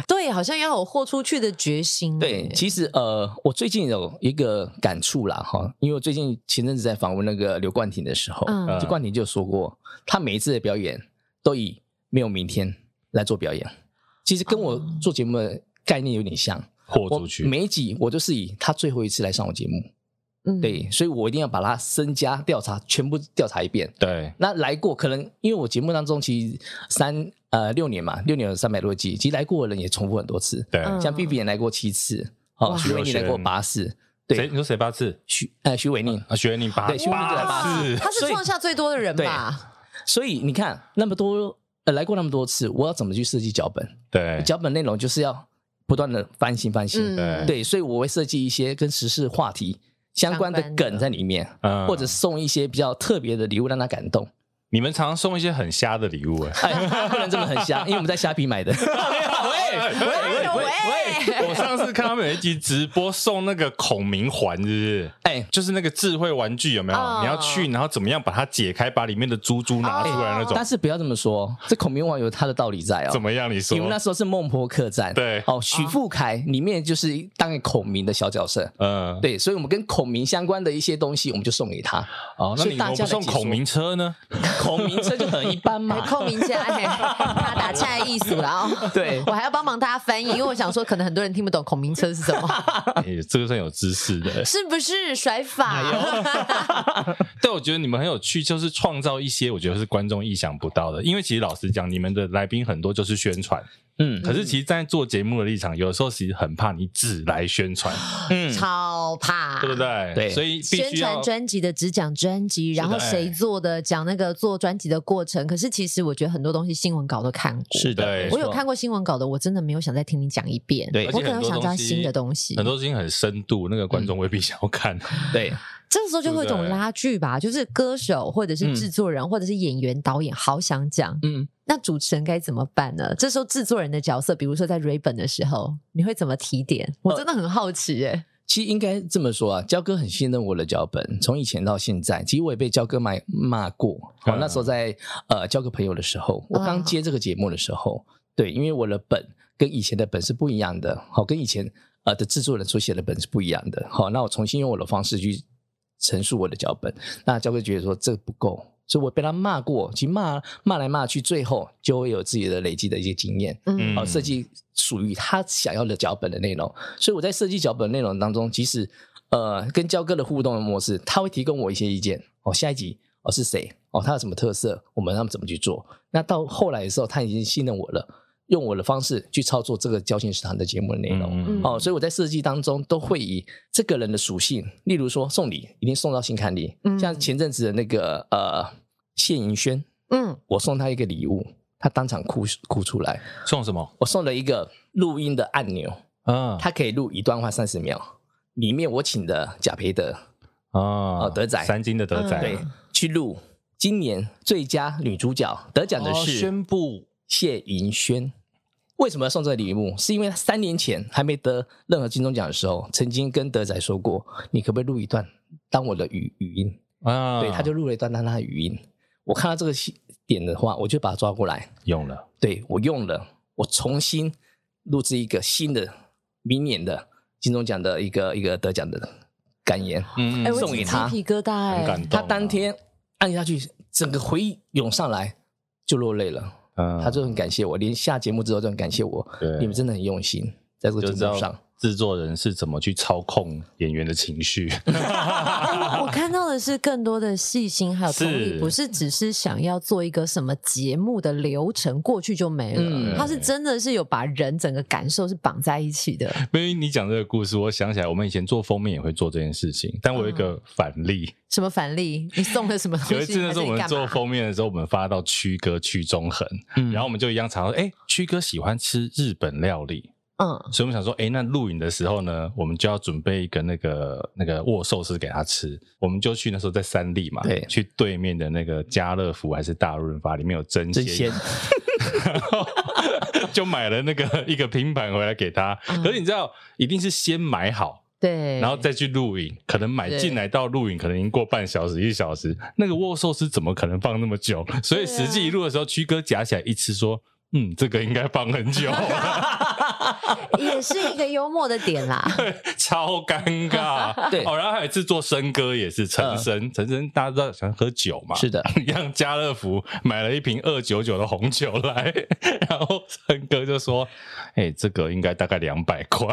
Speaker 4: 对，好像要有豁出去的决心。
Speaker 2: 对，其实呃，我最近有一个感触啦，哈，因为我最近前阵子在访问那个刘冠廷的时候，
Speaker 4: 嗯
Speaker 2: 就冠廷就说过，他每一次的表演都以没有明天来做表演，其实跟我做节目的概念有点像。
Speaker 3: 豁
Speaker 2: 我
Speaker 3: 哦出去，
Speaker 2: 每一集我就是以他最后一次来上我节目，
Speaker 4: 嗯，
Speaker 2: 对，所以我一定要把他身家调查全部调查一遍。
Speaker 3: 对
Speaker 2: 那来过，可能因为我节目当中其实三呃六年嘛，六年有三百多集，其实来过的人也重复很多次。
Speaker 3: 对，
Speaker 4: 嗯
Speaker 2: 像 B B 也来过七次，
Speaker 4: 哇
Speaker 2: 哦，徐伟宁来过八次，
Speaker 3: 谁
Speaker 2: 对
Speaker 3: 你，说谁八次？
Speaker 2: 徐呃徐伟
Speaker 4: 嗯
Speaker 2: 宁，
Speaker 3: 啊，学你八
Speaker 2: 对学你就来
Speaker 3: 八
Speaker 2: 八
Speaker 3: 次，
Speaker 4: 他是
Speaker 2: 所以
Speaker 4: 创下最多的人吧？
Speaker 2: 所以你看那么多呃来过那么多次，我要怎么去设计脚本？
Speaker 3: 对
Speaker 2: 脚本内容就是要不断的翻新翻
Speaker 4: 嗯
Speaker 2: 新，
Speaker 3: 对
Speaker 2: 对，所以我会设计一些跟时事话题相关的
Speaker 4: 相关的
Speaker 2: 梗在里面，
Speaker 3: 嗯
Speaker 2: 或者送一些比较特别的礼物让他感动。
Speaker 3: 你们常常送一些很瞎的礼物、哎。
Speaker 2: 哎，不能这么很瞎，因为我们在虾皮 买的。
Speaker 1: 哎呦喂，
Speaker 3: 我上次看他们有一集直播送那个孔明环，是不是？
Speaker 2: 哎，
Speaker 3: 就是那个智慧玩具有没有？
Speaker 2: 啊
Speaker 1: 哦
Speaker 3: 你要去，然后怎么样把它解开，把里面的珠珠拿出来那种
Speaker 2: 哦但？是不要这么说，这孔明王有他的道理在哦。
Speaker 3: 怎么样？你说
Speaker 2: 因为那时候是孟婆客栈，
Speaker 3: 对
Speaker 2: 哦，许富凯里面就是当个孔明的小角色，
Speaker 3: 嗯，
Speaker 2: 对，所以我们跟孔明相关的一些东西，我们就送给他。
Speaker 3: 哦，那
Speaker 2: 所以
Speaker 3: 你
Speaker 2: 大
Speaker 3: 们
Speaker 2: 家
Speaker 3: 不送
Speaker 2: 来解
Speaker 3: 孔
Speaker 2: 说
Speaker 3: 明车呢？
Speaker 2: 孔明这就很一般
Speaker 1: 来
Speaker 2: 嘛，
Speaker 1: 扣名下，哎他打起来艺术了
Speaker 4: 啊
Speaker 1: 哦。
Speaker 2: 对
Speaker 1: 我还要帮忙大家翻译，因为我想说，可能很多人听不懂孔明车是什 么，
Speaker 3: 哎这个算有知识 的。
Speaker 1: 是不是甩法？
Speaker 3: 哎但我觉得你们很有趣，就是创造一些我觉得是观众意想不到的。因为其实老实讲，你们的来宾很多就是宣传，
Speaker 2: 嗯
Speaker 3: 可是其实站在做节目的立场，有时候其实很怕你只来宣 传，
Speaker 2: 嗯，
Speaker 1: 超怕，
Speaker 3: 对不？对？
Speaker 2: 对
Speaker 3: 所以必
Speaker 4: 宣
Speaker 3: 须要
Speaker 4: 传专辑的只讲专辑，然后
Speaker 3: 是的哎
Speaker 4: 谁做的讲那个做专辑的过程。可是其实我觉得很多东西新闻稿都看过，
Speaker 2: 是的，
Speaker 3: 对
Speaker 2: 没错
Speaker 4: 我有看，过新闻稿的，我真的没有想再听你讲一遍。
Speaker 2: 对
Speaker 3: 而
Speaker 4: 我
Speaker 3: 且
Speaker 4: 可能
Speaker 3: 很多
Speaker 4: 想
Speaker 3: 东
Speaker 4: 加
Speaker 3: 西
Speaker 4: 新的东西。
Speaker 3: 很多事情很深度，那个观
Speaker 2: 嗯
Speaker 3: 众未必想要看。
Speaker 2: 对，
Speaker 4: 这个时候就会有一种拉锯吧，就是歌手或者
Speaker 3: 嗯
Speaker 4: 是制作人、或者是演员、导演，好想讲。
Speaker 2: 嗯，
Speaker 4: 那主持人该怎么办呢？这时候制作人的角色，比如说在 Ray 本的时候，你会怎么提点？
Speaker 3: 哦
Speaker 4: 我真的很好奇耶、
Speaker 2: 其实应该这么说啊，焦哥很信任我的脚本，从以前到现在，其实我也被焦哥骂骂过。我、
Speaker 3: 嗯
Speaker 2: 那时候在呃交个朋友的时候，我刚接这个节目的时候，对，因为我的本跟以前的本是不一样的，好、跟以前呃的制作人所写的本是不一样的。好、那我重新用我的方式去陈述我的脚本，那焦哥觉得说这不够。所以我被他骂过，其实骂骂来骂去，最后就会有自己的累积的一些经验。
Speaker 4: 嗯
Speaker 2: 哦，设计属于他想要的脚本的内容。所以我在设计脚本内容当中，其实呃跟焦哥的互动的模式，他会提供我一些意见。哦，下一集哦是谁？哦，他有什么特色？我们让他们怎么去做？那到后来的时候，他已经信任我了，用我的方式去操作这个交心食堂的节目 的内容。
Speaker 3: 嗯
Speaker 2: 哦，所以我在设计当中都会以这个人的属性，例如说送礼一定送到心坎里，
Speaker 4: 嗯
Speaker 2: 像前阵子的那个呃谢盈萱，
Speaker 4: 嗯，
Speaker 2: 我送他一个礼物，他当场哭哭出来。
Speaker 3: 送什么？
Speaker 2: 我送了一个录音的按钮，
Speaker 3: 嗯
Speaker 2: 它可以录一段话三十秒。里面我请的贾培德
Speaker 3: 啊
Speaker 2: 哦德仔嗯
Speaker 3: 三金的德仔，啊
Speaker 2: 对去录今年最佳女主角得奖的
Speaker 3: 哦
Speaker 2: 是
Speaker 3: 宣布
Speaker 2: 谢盈萱。为什么要送这个礼物？是因为她三年前还没得任何金钟奖的时候，曾经跟德仔说过，你可不可以录一段当我的语语音？
Speaker 3: 啊，
Speaker 2: 对，他就录了一段当他的语音。我看到这个点的话，我就把它抓过来，
Speaker 3: 用了。
Speaker 2: 对我用了，我重新录制一个新的明年的金钟奖的一个一个得奖的感言。
Speaker 3: 嗯
Speaker 4: 哎，我
Speaker 2: 送
Speaker 4: 起
Speaker 2: 给
Speaker 4: 鸡
Speaker 2: 他
Speaker 4: 皮疙瘩哎、
Speaker 3: 很感动啊。
Speaker 2: 他当天按下去，整个回忆涌上来，就落泪了。
Speaker 3: 嗯，
Speaker 2: 他就很感谢我，连下节目之后就很感谢我
Speaker 3: 对，
Speaker 2: 你们真的很用心，在这个
Speaker 3: 就知
Speaker 2: 节目上
Speaker 3: 道。制作人是怎么去操控演员的情 绪。
Speaker 4: 哦
Speaker 1: 我我看到的是更多的细心， 还有同理，
Speaker 3: 是
Speaker 1: 不是只是想要做一个什么节目的流程过去就没了，
Speaker 2: 嗯
Speaker 1: 他是真的是有把人整个感受是绑在一起的。
Speaker 3: 因为你讲这个故事，我想起来，我们以前做封面也会做这件事情，但我有一
Speaker 2: 嗯
Speaker 3: 个反 例。
Speaker 1: 什么返利？你送了什么东西？
Speaker 3: 有一次那时候我们做
Speaker 1: 还是你干嘛
Speaker 3: 封面的时候，我们发到曲哥曲中恒，
Speaker 2: 嗯
Speaker 3: 然后我们就一样查到，哎、曲哥喜欢吃日本料理，
Speaker 1: 嗯，
Speaker 3: 所以我们想说，哎、那录影的时候呢，我们就要准备一个那个那个握寿司给他吃，我们就去那时候在三立嘛，
Speaker 2: 对
Speaker 3: 去对面的那个家乐福还是大润发，里面有真
Speaker 2: 真
Speaker 3: 鲜
Speaker 2: 鲜，
Speaker 3: 然后 就买了那个一个拼盘回来给他。
Speaker 1: 嗯
Speaker 3: 可是你知道，一定是先买好，
Speaker 1: 对，
Speaker 3: 然后再去录影，可能买
Speaker 1: 对
Speaker 3: 进来到录影可能已经过半小时一小时，那个握寿司怎么可能放那么久？所以实际一录的时候，曲哥夹起来一吃说。嗯，这个应该放很久，
Speaker 1: 也是一个幽默的点 啦。
Speaker 3: 超尴尬。
Speaker 2: 对
Speaker 3: 哦，然后还有一次做生哥也是陈生，陈生大家知道喜欢喝酒嘛，
Speaker 2: 是的，
Speaker 3: 让家乐福买了一瓶二九九的红酒来，然后陈哥就说：“哎、这个应该大概两百块。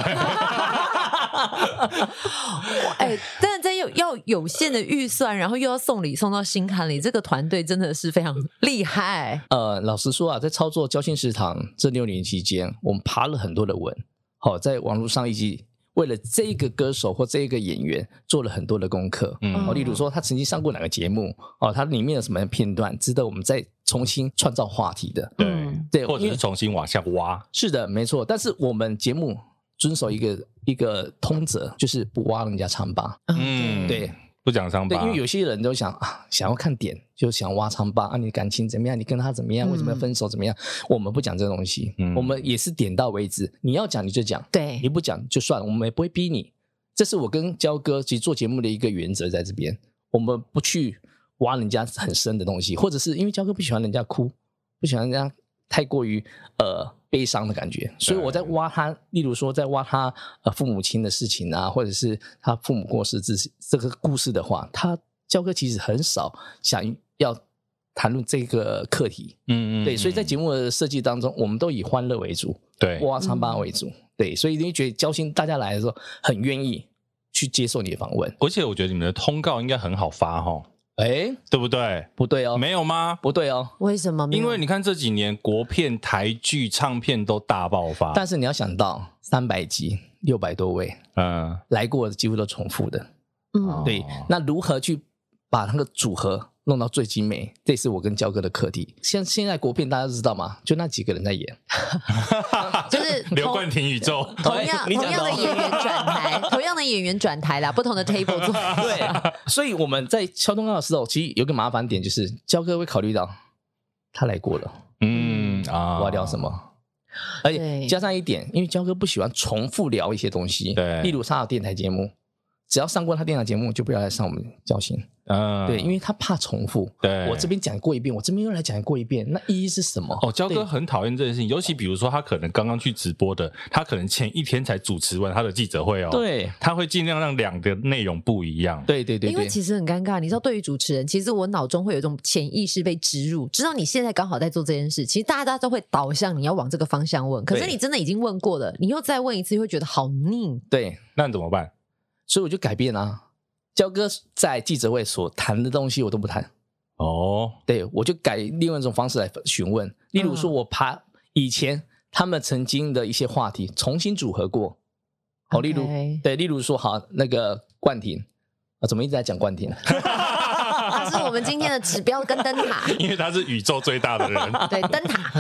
Speaker 1: 哎，但真有要有限的预算，然后又要送礼送到心坎里，这个团队真的是非常厉害。
Speaker 2: 呃，老实说啊，在操作交心食堂这六年期间，我们爬了很多的文，好、在网络上以及为了这一个歌手或这一个演员做了很多的功课。
Speaker 3: 嗯
Speaker 2: 哦，例如说他曾经上过哪个节目，哦，他里面有什么片段值得我们再重新创造话题的”。
Speaker 3: 对，
Speaker 1: 嗯
Speaker 2: 对，
Speaker 3: 或者
Speaker 2: 因
Speaker 3: 是
Speaker 2: 为
Speaker 3: 重新往下挖。
Speaker 2: 是的，没错。但是我们节目遵守一个一个通则，就是不挖人家疮疤。
Speaker 3: 嗯，
Speaker 2: 对，
Speaker 3: 不讲伤
Speaker 2: 对，
Speaker 3: 疤，
Speaker 2: 因为有些人都想啊，想要看点，就想挖疮疤啊，你感情怎么样？你跟他怎么样？为什么要分手？怎么样？我们不讲这东西，
Speaker 3: 嗯
Speaker 2: 我们也是点到为止。你要讲你就讲，
Speaker 1: 对
Speaker 2: 你不讲就算了，我们也不会逼你。这是我跟焦哥其实做节目的一个原则，在这边，我们不去挖人家很深的东西，或者是因为焦哥不喜欢人家哭，不喜欢人家太过于呃悲伤的感觉，所以我在挖他，例如说在挖他呃父母亲的事情啊，或者是他父母过世之这个故事的话，他焦哥其实很少想要谈论这个课题，
Speaker 3: 嗯
Speaker 2: 对，所以在节目的设计当中，我们都以欢乐为主，
Speaker 3: 对
Speaker 2: 挖疮疤为主，对，所以你会觉得交心大家来的时候很愿意去接受你的访问，
Speaker 3: 而且我觉得你们的通告应该很好发哈，
Speaker 2: 哎，
Speaker 3: 对不对？
Speaker 2: 不对哦，
Speaker 3: 没有吗？
Speaker 2: 不对哦，
Speaker 1: 为什么没有？
Speaker 3: 因为你看这几年国片、台剧、唱片都大爆发，
Speaker 2: 但是你要想到三百集六百多位
Speaker 3: 嗯，
Speaker 2: 来过的几乎都重复的。
Speaker 1: 嗯，
Speaker 2: 对，那如何去把那个组合弄到最精美？这是我跟焦哥的课题。现现在国片大家都知道嘛，就那几个人在演，
Speaker 1: 就是
Speaker 3: 哦 刘
Speaker 1: 同
Speaker 3: 冠廷宇宙，
Speaker 1: 同样
Speaker 2: 你
Speaker 1: 同
Speaker 2: 讲
Speaker 1: 样
Speaker 2: 到
Speaker 1: 的演员转台，同样的演员转台啦，不同的 table 做。
Speaker 2: 对，所以我们在敲通告的时候，其实有个麻烦点就是焦哥会考虑到他来过了，
Speaker 3: 嗯啊，
Speaker 2: 我要聊什？么。而且
Speaker 1: 对
Speaker 2: 加上一点，因为焦哥不喜欢重复聊一些东西，
Speaker 3: 对
Speaker 2: 例如他的电台节目，只要上过他电台节目，就不要来上我们交心，
Speaker 3: 嗯，
Speaker 2: 对，因为他怕重复。
Speaker 3: 对
Speaker 2: 我这边讲过一遍，我这边又来讲过一遍，那意义是什么？
Speaker 3: 哦，焦哥
Speaker 2: 对
Speaker 3: 很讨厌这件事情，尤其比如说他可能刚刚去直播的，他可能前一天才主持完他的记者会哦，，
Speaker 2: 对，
Speaker 3: 他会尽量让两个内容不一样，
Speaker 2: 对对对对，
Speaker 1: 因为其实很尴尬，你知道，对于主持人，其实我脑中会有一种潜意识被植入，知道你现在刚好在做这件事，其实大家都会导向你要往这个方向问。可是
Speaker 2: 对
Speaker 1: 你真的已经问过了，你又再问一次，会觉得好腻。
Speaker 2: 对，
Speaker 3: 那怎么办？
Speaker 2: 所以我就改变啊。焦哥在记者会所谈的东西我都不谈，
Speaker 3: 哦，
Speaker 2: 对我就改另外一种方式来询问。例如
Speaker 1: 嗯
Speaker 2: 说，我爬以前他们曾经的一些话题重新组合过，好，例如
Speaker 1: OK
Speaker 2: 对，例如说，好那个冠廷啊，怎么一直在讲冠廷？
Speaker 1: 它啊是我们今天的指标跟灯塔，
Speaker 3: 因为他是宇宙最大的人，
Speaker 1: 对灯塔，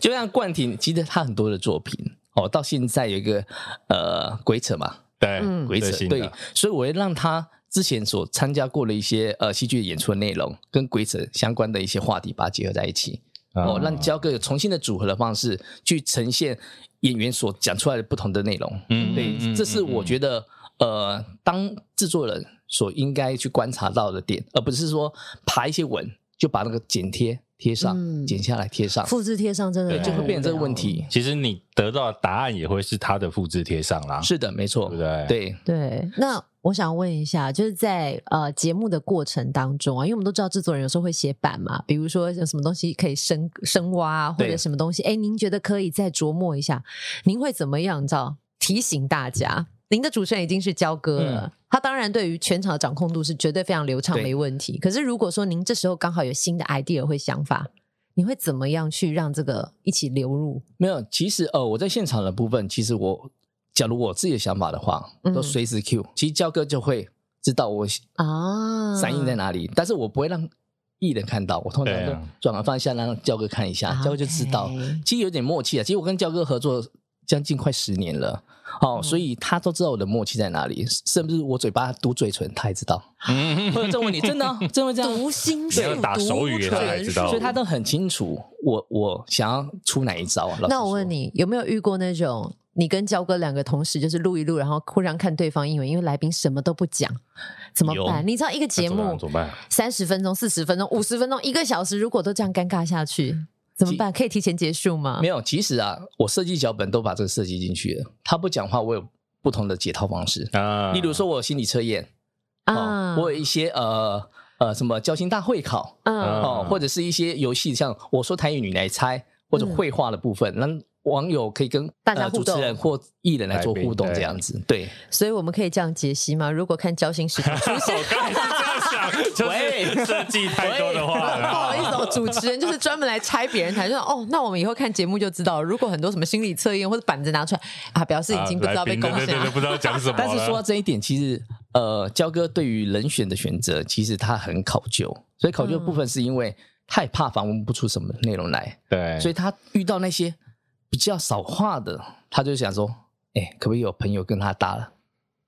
Speaker 2: 就像冠廷，其实他很多的作品哦，到现在有一个呃鬼扯嘛，
Speaker 3: 对，
Speaker 1: 嗯
Speaker 2: 鬼扯
Speaker 3: 最新的
Speaker 2: 对，所以我会让他之前所参加过的一些呃戏剧演出的内容，跟鬼扯相关的一些话题，把它结合在一起。
Speaker 3: 啊
Speaker 2: 哦，
Speaker 3: 嗯
Speaker 2: 让焦哥有重新的组合的方式去呈现演员所讲出来的不同的内容。
Speaker 3: 嗯
Speaker 2: 对，这是我觉得呃，当制作人所应该去观察到的点，而不是说爬一些文就把那个剪贴贴上，
Speaker 1: 嗯
Speaker 2: 剪下来贴上，
Speaker 1: 复制贴上真的
Speaker 2: 对，就
Speaker 1: 很
Speaker 2: 会
Speaker 1: 无
Speaker 2: 变成这个
Speaker 1: 聊
Speaker 2: 问。题。
Speaker 3: 其实你得到的答案也会是他的复制贴上啦，
Speaker 2: 是的，没错，
Speaker 3: 啊对不对
Speaker 2: 对，
Speaker 1: 对，那我想问一下，就是在呃节目的过程当中啊，因为我们都知道制作人有时候会写版嘛，比如说有什么东西可以深深挖啊，或
Speaker 2: 对
Speaker 1: 者什么东西，哎，您觉得可以再琢磨一下，您会怎么样？你知道提醒大家，您的主持人已经是焦哥了。他当然对于全场的掌控度是绝对非常流畅，
Speaker 2: 嗯对
Speaker 1: 没问题。可是如果说您这时候刚好有新的 idea 或想法，你会怎么样去让这个一起流入？
Speaker 2: 没有。其实呃，我在现场的部分，其实我假如我自己的想法的话，
Speaker 1: 嗯
Speaker 2: 都随时 Q，、其实焦哥就会知道我
Speaker 1: 啊，
Speaker 2: 散映在哪里，但是我不会让艺人看到，我通常
Speaker 3: 对
Speaker 2: 都
Speaker 3: 啊
Speaker 2: 转而放下，让焦哥看一下，焦哥就知道
Speaker 1: 啊 OK。
Speaker 2: 其实有点默契啊，其实我跟焦哥合作将近快十年了，哦，
Speaker 3: 嗯
Speaker 2: 所以他都知道我的默契在哪里，甚至我嘴巴嘟嘴唇，他也 知道。
Speaker 3: 嗯，
Speaker 2: 会有这种问题，真的啊真会 这样。
Speaker 1: 读心术
Speaker 3: 你，要打手语给他才知道
Speaker 2: 所以他都很清楚我我想要出哪一招啊。老实
Speaker 1: 那我问
Speaker 2: 说，
Speaker 1: 你，有没有遇过那种你跟焦哥两个同时就是录一录，然后忽然看对方英文，因为来宾什么都不讲，怎么
Speaker 2: 有
Speaker 1: 办？你知道一个节
Speaker 3: 那怎么办
Speaker 1: 目
Speaker 3: 怎么办
Speaker 1: 三十分钟、四十分钟、五十分钟、一个小时，如果都这样尴尬下去，怎么办？可以提前结束吗
Speaker 2: 没？有，其实啊，我设计脚本都把这个设计进去了。他不讲话，我有不同的解套方式。
Speaker 3: 啊
Speaker 2: 例如，说，我有心理测验，
Speaker 1: 啊
Speaker 2: 哦，我有一些呃呃什么交心大会考
Speaker 1: 嗯
Speaker 2: 哦，
Speaker 3: 嗯
Speaker 2: 或者是一些游戏，像我说台语你来猜，或者
Speaker 1: 嗯
Speaker 2: 绘画的部分，让网友可以跟
Speaker 1: 大家
Speaker 2: 呃
Speaker 1: 互
Speaker 2: 主持人
Speaker 1: 动
Speaker 2: 或艺人来做互动
Speaker 3: 来宾对。
Speaker 2: 这样子。对，
Speaker 1: 所以我们可以这样解析吗？如果看交心时刻出现
Speaker 3: 刚才是这样啊想，就是
Speaker 2: 喂
Speaker 3: 设计太多的话
Speaker 1: 不好意
Speaker 3: 了。
Speaker 1: 思、哦，主持人就是专门来拆别人台，就说哦，那我们以后看节目就知道了，如果很多什么心理测验或者板子拿出来啊，表示已经不知道被
Speaker 3: 啊
Speaker 1: 攻
Speaker 3: 来
Speaker 1: 陷
Speaker 3: 宾对对对，
Speaker 1: 了。
Speaker 3: 不知道讲什么了。
Speaker 2: 但是说到这一点，其实呃，焦哥对于人选的选择，其实他很考究，所以考究的
Speaker 1: 嗯
Speaker 2: 部分是因为太怕访问不出什么内容来，
Speaker 3: 对，
Speaker 2: 所以他遇到那些比较少话的，他就想说，哎、可不可以有朋友跟他搭了，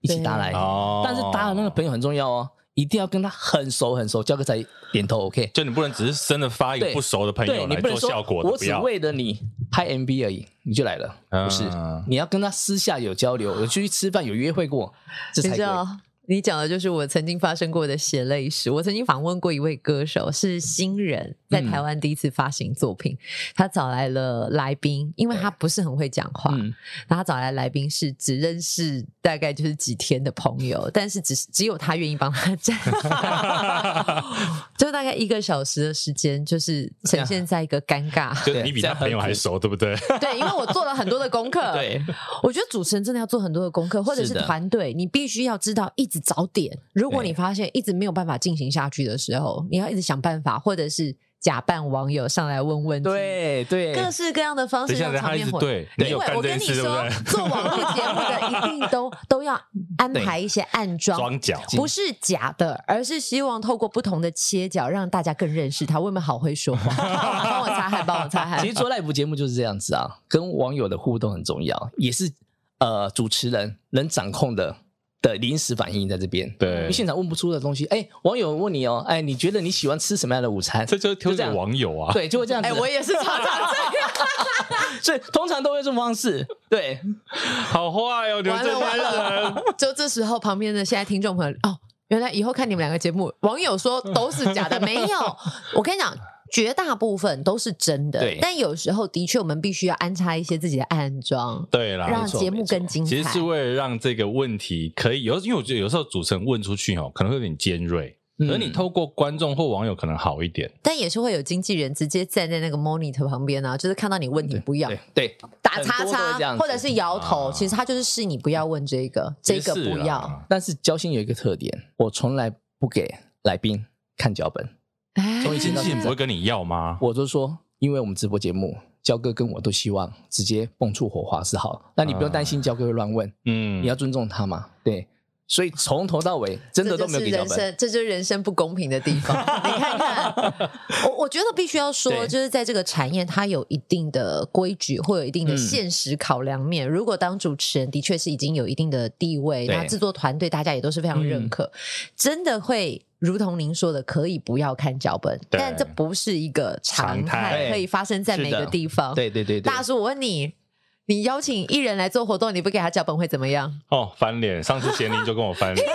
Speaker 2: 一起搭来？
Speaker 3: 哦
Speaker 2: 但是搭的那个朋友很重要哦，一定要跟他很熟很熟，焦哥才点头 OK。
Speaker 3: 就你不能只是真的发一个
Speaker 2: 对
Speaker 3: 不熟的朋
Speaker 2: 对
Speaker 3: 友
Speaker 2: 你
Speaker 3: 来
Speaker 2: 不能
Speaker 3: 做
Speaker 2: 说
Speaker 3: 效果的，
Speaker 2: 我
Speaker 3: 不
Speaker 2: 只
Speaker 3: 要。
Speaker 2: 为了你拍 MV 而已，你就来了，不是
Speaker 3: 嗯？
Speaker 2: 你要跟他私下有交流，有出去吃饭，有约会过，这
Speaker 1: 你
Speaker 2: 才
Speaker 1: 知
Speaker 2: 对。
Speaker 1: 道，你讲的就是我曾经发生过的血泪史。我曾经访问过一位歌手，是新人，在
Speaker 2: 嗯
Speaker 1: 台湾第一次发行作品。他找来了来宾，因为他不是很会讲话，
Speaker 2: 嗯，
Speaker 1: 然后他找来来宾是只认识大概就是几天的朋 友，但是只是只有他愿意帮他站，就大概一个小时的时间，就是呈现在一个尴 尬。
Speaker 3: 就你比
Speaker 2: 这
Speaker 3: 他
Speaker 2: 样很
Speaker 3: 朋友还
Speaker 2: 苦
Speaker 3: 熟，对不对？
Speaker 1: 对，因为我做了很多的功课。
Speaker 2: 对，
Speaker 1: 我觉得主持人真的要做很多的功课，或者是
Speaker 2: 是的
Speaker 1: 团队，你必须要知道一直找点。如果
Speaker 2: 对
Speaker 1: 你发现一直没有办法进行下去的时候，你要一直想办法，或者是假扮网友上来问问题。。
Speaker 2: 对对，
Speaker 1: 各式各样的方式
Speaker 3: 等一下，
Speaker 1: 让
Speaker 3: 等一下
Speaker 1: 场
Speaker 3: 他一
Speaker 1: 面
Speaker 3: 直
Speaker 1: 活。
Speaker 3: 对，
Speaker 1: 因
Speaker 3: 你
Speaker 1: 为
Speaker 3: 有干
Speaker 1: 我
Speaker 3: 这
Speaker 1: 跟
Speaker 3: 件
Speaker 1: 你
Speaker 3: 事，对不
Speaker 1: 说
Speaker 3: 对？，
Speaker 1: 做网络节目的一定都都要安排一些暗 装
Speaker 3: 装，脚，
Speaker 1: 不是假的，而是希望透过不同的切角让大家更认识他。我有没有好会说话？ 帮我擦汗，帮我擦汗。
Speaker 2: 其实做 live 节目就是这样子啊，跟网友的互动很重要，也是呃主持人能掌控的的临时反应在这边。
Speaker 3: 对
Speaker 2: 因为现场问不出的东西，哎，网友问你哦，哎，你觉得你喜欢吃什么样的午餐？
Speaker 3: 这就是挑
Speaker 2: 就这
Speaker 3: 选
Speaker 2: 样
Speaker 3: 网友 啊。，
Speaker 2: 对，就会这样子。
Speaker 1: 哎，我也是常常这样。
Speaker 2: 所以通常都会这种方式。对，
Speaker 3: 好坏哦，你们
Speaker 1: 完
Speaker 3: 这
Speaker 1: 了完
Speaker 3: 些人。
Speaker 1: 了！ 就这时候，旁边的现在听众朋友哦，原来以后看你们两个节目，网友说都是假 的，没有。我跟你讲。绝大部分都是真的
Speaker 2: 对，
Speaker 1: 但有时候的确我们必须要安插一些自己的暗装，
Speaker 3: 对啦，
Speaker 1: 让
Speaker 2: 没错
Speaker 1: 节目更精彩。
Speaker 3: 其实是为了让这个问题可以有，因为我觉得有时候主持人问出去哦，可能会有点尖锐，
Speaker 2: 嗯
Speaker 3: 而你透过观众或网友可能好一点。
Speaker 1: 但也是会有经纪人直接站在那个 monitor 旁边啊，就是看到你问你不要
Speaker 2: 对对，
Speaker 1: 打叉
Speaker 2: 很多都会这
Speaker 1: 叉，
Speaker 2: 样子
Speaker 1: 或者是摇头，
Speaker 3: 啊
Speaker 1: 其实他就是示你不要问这个，这个
Speaker 3: 其实是
Speaker 1: 不
Speaker 3: 啦
Speaker 1: 要。，
Speaker 2: 但是交心有一个特点，我从来不给来宾看脚本，
Speaker 1: 哎
Speaker 2: 从以前
Speaker 3: 经
Speaker 2: 到
Speaker 3: 纪人
Speaker 2: 现
Speaker 3: 不
Speaker 2: 在
Speaker 3: 会，跟你要吗？
Speaker 2: 我就说，因为我们直播节目。焦哥跟我都希望直接蹦出火花是好，那你不用担心焦哥会乱问，
Speaker 3: 嗯
Speaker 2: 你要尊重他嘛。对，所以从头到尾真的都没有给
Speaker 1: 这
Speaker 2: 到
Speaker 1: 就是人
Speaker 2: 分。
Speaker 1: 生，这就是人生不公平的地 方。你看看，
Speaker 4: 我我觉得必须要说，
Speaker 2: 对
Speaker 4: 就是在这个产业，它有一定的规矩，会有一定的
Speaker 2: 嗯
Speaker 4: 现实考量面。如果当主持人的确是已经有一定的地位，
Speaker 2: 对嗯
Speaker 4: 那制作团队大家也都是非常认可，真的会。如同您说的，可以不要看脚本，
Speaker 3: 对
Speaker 4: 但这不是一个常
Speaker 3: 常态
Speaker 4: 态，可以发生在
Speaker 2: 是
Speaker 4: 每
Speaker 2: 的
Speaker 4: 个地方。
Speaker 2: 对对对对
Speaker 1: 大，叔，我问你，你邀请艺人来做活动，你不给他脚本会怎么 样？
Speaker 3: 哦，翻脸，上次贤玲就跟我翻脸，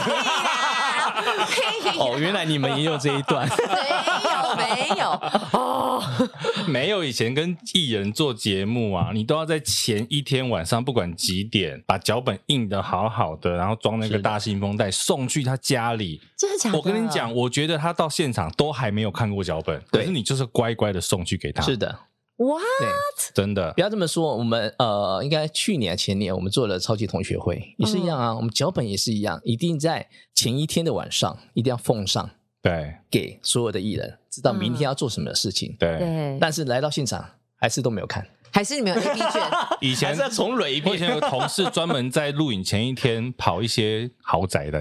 Speaker 2: 哦，原来你们也有这一段，
Speaker 1: 没有，没有，
Speaker 2: 哦
Speaker 3: 没有以前跟艺人做节目啊，你都要在前一天晚上不管几点，把脚本印的好好的，然后装那
Speaker 2: 是
Speaker 3: 个
Speaker 2: 的
Speaker 3: 大信封袋送去他家里。
Speaker 1: 真的假的？
Speaker 3: 我跟你，讲，我觉得他到现场都还没有看过脚本，
Speaker 2: 对
Speaker 3: 可是你就是乖乖的送去给他，
Speaker 2: 是的，
Speaker 4: 哇，
Speaker 2: 对，
Speaker 3: 真的
Speaker 2: 不。要这么说，我们呃，应该去年前年我们做了超级同学会，也是一样
Speaker 1: 嗯
Speaker 2: 啊，我们脚本也是一样，一定在前一天的晚上一定要奉上
Speaker 3: 对
Speaker 2: 给所有的艺人，知道
Speaker 1: 嗯
Speaker 2: 明天要做什么事情。
Speaker 3: 对，
Speaker 4: 对，
Speaker 2: 但是来到现场还是都没有看，
Speaker 1: 还是你们有 A B 卷？
Speaker 3: 以前
Speaker 2: 还是要重蕊一
Speaker 3: 我以前
Speaker 2: 遍。
Speaker 3: 有个同事专门在录影前一天跑一些豪宅的、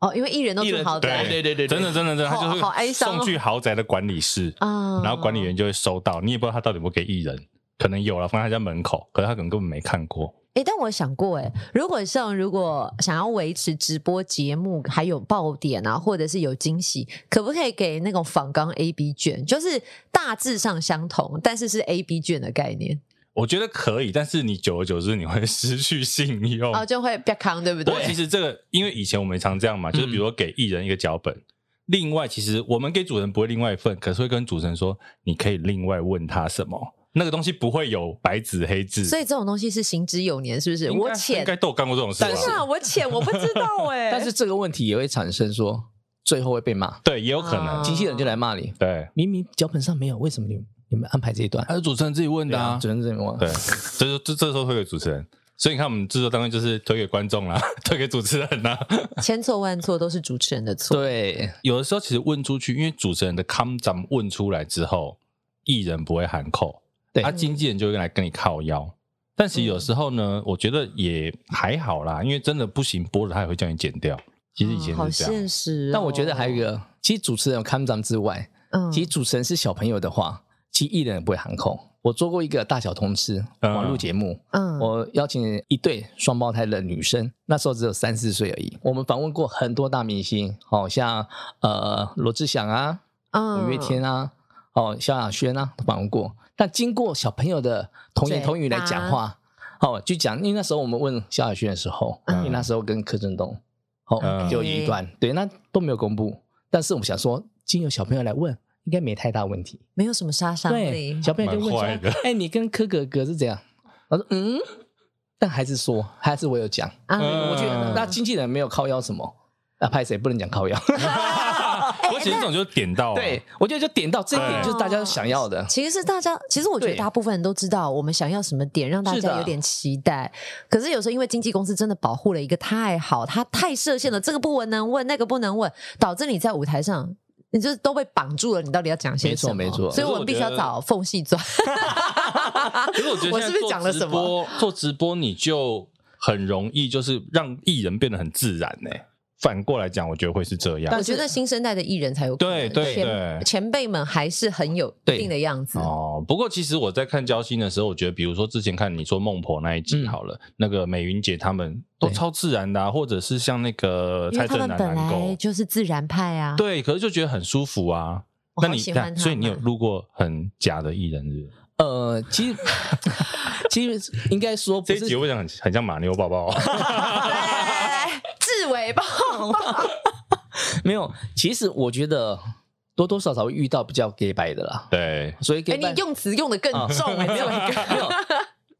Speaker 1: 哦，因为艺人都住豪宅
Speaker 3: 对
Speaker 2: 对对对对
Speaker 3: 真的真的真的，他
Speaker 1: 好
Speaker 3: 就
Speaker 1: 好哀
Speaker 3: 会
Speaker 1: 伤哦
Speaker 3: 送去豪宅的管理室，
Speaker 1: 啊
Speaker 3: 然后管理员就会收到，你也不知道他到底有没有给艺人，可能有了放在他家门口，可是他可能根本没看过。
Speaker 1: 哎、但我想过、哎，如果像如果想要维持直播节目，还有爆点啊，或者是有惊喜，可不可以给那种仿纲 A B 卷，就是大致上相同，但是是 A B 卷的概念，
Speaker 3: 我觉得可以，但是你久而久之你会失去信用。
Speaker 1: 哦，就会啪康，对不
Speaker 3: 不过其
Speaker 1: 对？嗯
Speaker 3: 实这个，因为以前我们常这样嘛，就是比如说给艺人一个脚本，另外其实我们给主人不会另外一份，可是会跟主持人说，你可以另外问他什么，那个东西不会有白纸黑字。
Speaker 1: 所以这种东西是行之有年，是不是？
Speaker 3: 应该
Speaker 1: 我
Speaker 3: 应
Speaker 1: 浅，
Speaker 3: 该都有干过这种事吧？
Speaker 2: 但是
Speaker 1: 啊，我浅，我不知道哎、
Speaker 2: 但是这个问题也会产生说，最后会被骂，
Speaker 3: 对，也有可能。
Speaker 1: 啊
Speaker 2: 经纪人就来骂你，
Speaker 3: 对，
Speaker 2: 明明脚本上没有，为什么你你们安排这一段？
Speaker 3: 还是主持人自己问
Speaker 2: 对啊，主持人这么
Speaker 3: 对，这就这这时候推给主持人。所以你看，我们制作单位就是推给观众啦，推给主持人啦。
Speaker 1: 千错万错都是主持人的错。
Speaker 2: 对，
Speaker 3: 有的时候其实问出去，因为主持人的 com 咱们问出来之后，艺人不会喊扣，
Speaker 2: 对
Speaker 3: 啊，经纪人就会来跟你靠腰。但其实有时候呢，我觉得也还好啦，因为真的不行播了，他也会叫你剪掉。其实以前
Speaker 1: 哦好
Speaker 3: 是这样，
Speaker 1: 现实、哦。
Speaker 2: 但我觉得还有一个，其实主持人有看账之外，
Speaker 1: 嗯
Speaker 2: 其实主持人是小朋友的话，其实艺人也不会喊口。我做过一个大小通吃
Speaker 3: 嗯
Speaker 2: 网络节目，
Speaker 1: 嗯
Speaker 2: 我邀请一对双胞胎的女生，那时候只有三四岁而已。我们访问过很多大明星，好、像呃罗志祥啊、
Speaker 1: 嗯
Speaker 2: 五月天啊、哦萧亚轩啊，都访问过。但经过小朋友的童言
Speaker 1: 嘴
Speaker 2: 童语来讲话，哦，就讲，因为那时候我们问萧亚轩的时候，
Speaker 1: 嗯
Speaker 2: 因为那时候跟柯震东，哦，
Speaker 3: 嗯
Speaker 2: 就有一段，对，那都没有公布。但是我们想说，经由小朋友来问，应该没太大问题。
Speaker 1: 没有什么杀伤力
Speaker 2: 对，。小朋友就问说
Speaker 3: 蛮坏的：“
Speaker 2: 哎，你跟柯哥哥是怎样？”我说：“嗯。”但还是说，还是我有讲。
Speaker 1: 啊
Speaker 3: 嗯
Speaker 2: 我觉得
Speaker 3: 嗯
Speaker 2: 那经纪人没有靠腰什么，那拍谁不能讲靠腰？
Speaker 3: 我其实这种就点到、啊，
Speaker 2: 对，我觉得就点到这一点，
Speaker 3: 对
Speaker 2: 就是大家想要的。
Speaker 1: 其实是大家，其实我觉得
Speaker 2: 对
Speaker 1: 大部分人都知道我们想要什么点，让大
Speaker 2: 是的
Speaker 1: 家有点期待。可是有时候因为经纪公司真的保护了一个太好，它太设限了，这个不能问，那个不能问，导致你在舞台上。你就是都被绑住了，你到底要讲些
Speaker 2: 没
Speaker 1: 什
Speaker 2: 错
Speaker 1: 么？
Speaker 2: 没错
Speaker 1: 所以我们必须要找缝隙钻。
Speaker 3: 可是我觉得
Speaker 1: 我是不是
Speaker 3: 现在
Speaker 1: 讲了
Speaker 3: 做直
Speaker 1: 什么
Speaker 3: 播？做直播你就很容易，就是让艺人变得很自然欸呢、反过来讲，我觉得会是这样
Speaker 1: 我。觉得新生代的艺人才有可
Speaker 3: 对
Speaker 1: 能，
Speaker 3: 对
Speaker 1: 前
Speaker 3: 对。
Speaker 1: 前辈们还是很有一定的样子。
Speaker 3: 哦，不过其实我在看交心的时候，我觉得，比如说之前看你说孟婆那一集
Speaker 2: 嗯
Speaker 3: 好了，那个美云姐他们都
Speaker 2: 对
Speaker 3: 超自然的、啊，或者是像那个
Speaker 1: 因为
Speaker 3: 蔡
Speaker 1: 他
Speaker 3: 正
Speaker 1: 们
Speaker 3: 南
Speaker 1: 本
Speaker 3: 南
Speaker 1: 来
Speaker 3: 狗，
Speaker 1: 就是自然派啊。
Speaker 3: 对，可是就觉得很舒服啊。
Speaker 1: 我
Speaker 3: 那
Speaker 1: 好
Speaker 3: 你
Speaker 1: 喜
Speaker 3: 那
Speaker 1: 欢他
Speaker 3: 所以你有
Speaker 1: 们
Speaker 3: 录过很假的艺人是不是？
Speaker 2: 呃，其实 其实应该说不
Speaker 3: 这一集
Speaker 2: 是，
Speaker 3: 我想很很像马牛宝哦宝，
Speaker 1: 对，志伟吧，
Speaker 2: 没有。其实我觉得多多少少会遇到比较 gay 白的啦，
Speaker 3: 对，
Speaker 2: 所以 gay
Speaker 1: 哎，
Speaker 2: 白
Speaker 1: 你用词用的更重哎，
Speaker 2: 没
Speaker 1: 志
Speaker 2: 有
Speaker 1: 伟哥。
Speaker 2: 没有。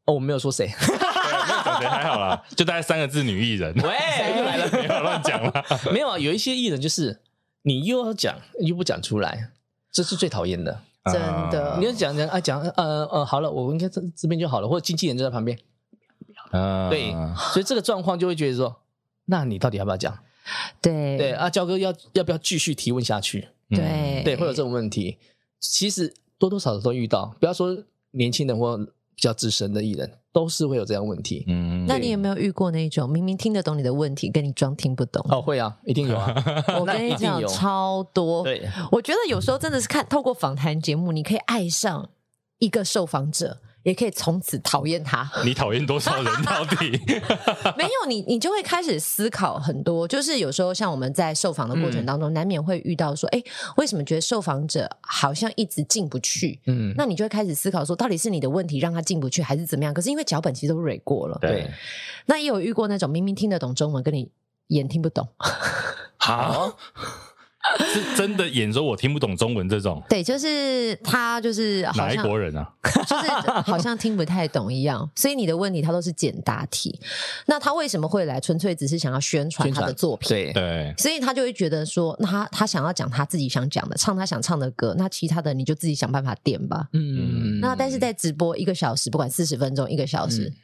Speaker 2: 哦，我没有说谁。
Speaker 3: 感觉还好啦，就大概三个字女艺人，
Speaker 2: 喂，又来了，
Speaker 3: 没有乱讲啦。
Speaker 2: 没有啊？有一些艺人就是你又要讲又不讲出来，这是最讨厌的。
Speaker 1: 真的
Speaker 2: 你要讲讲啊讲呃呃好了，我应该这这边就好了，或者经纪人就在旁边，
Speaker 3: 嗯
Speaker 2: 对所以这个状况就会觉得说，那你到底要不要讲？
Speaker 1: 对
Speaker 2: 对啊，焦哥要要不要继续提问下去？
Speaker 1: 对
Speaker 2: 对，会有这种问题。其实多多少少都遇到，不要说年轻人或比较资深的艺人，都是会有这样的问题。
Speaker 3: 嗯，
Speaker 1: 那你有没有遇过那一种明明听得懂你的问题，跟你装听不懂？
Speaker 2: 哦，会啊，一定有啊。哦
Speaker 1: 我
Speaker 2: 那
Speaker 1: 跟你
Speaker 2: 一定
Speaker 1: 讲，
Speaker 2: 有
Speaker 1: 超多。
Speaker 2: 对，
Speaker 1: 我觉得有时候真的是看透过访谈节目，你可以爱上一个受访者，也可以从此讨厌他。
Speaker 3: 你讨厌多少人到 底？
Speaker 1: 没有你，你就会开始思考很多。就是有时候像我们在受访的过程当中，难免会遇到说，哎，为什么觉得受访者好像一直进不去？
Speaker 2: 嗯，
Speaker 1: 那你就会开始思考说，到底是你的问题让他进不去，还是怎么样？可是因为脚本其实都蕊过了，
Speaker 2: 对，
Speaker 1: 那也有遇过那种明明听得懂中文，跟你演听不懂。
Speaker 3: 好， 是真的演说我听不懂中文这种，
Speaker 1: 对，就是他就是好
Speaker 3: 哪一
Speaker 1: 像
Speaker 3: 国人啊？
Speaker 1: 就是 好像听不太懂一样，所以你的问题他都是简答题。那他为什么会来？纯粹只是想要宣传
Speaker 2: 宣
Speaker 1: 他
Speaker 2: 传
Speaker 1: 的作品，
Speaker 2: 对，
Speaker 3: 对，
Speaker 1: 所以他就会觉得说，那他他想要讲他自己想讲的，唱他想唱的歌，那其他的你就自己想办法点吧。
Speaker 2: 嗯，
Speaker 1: 那但是在直播一个小时，不管四十分钟一个小时，
Speaker 2: 嗯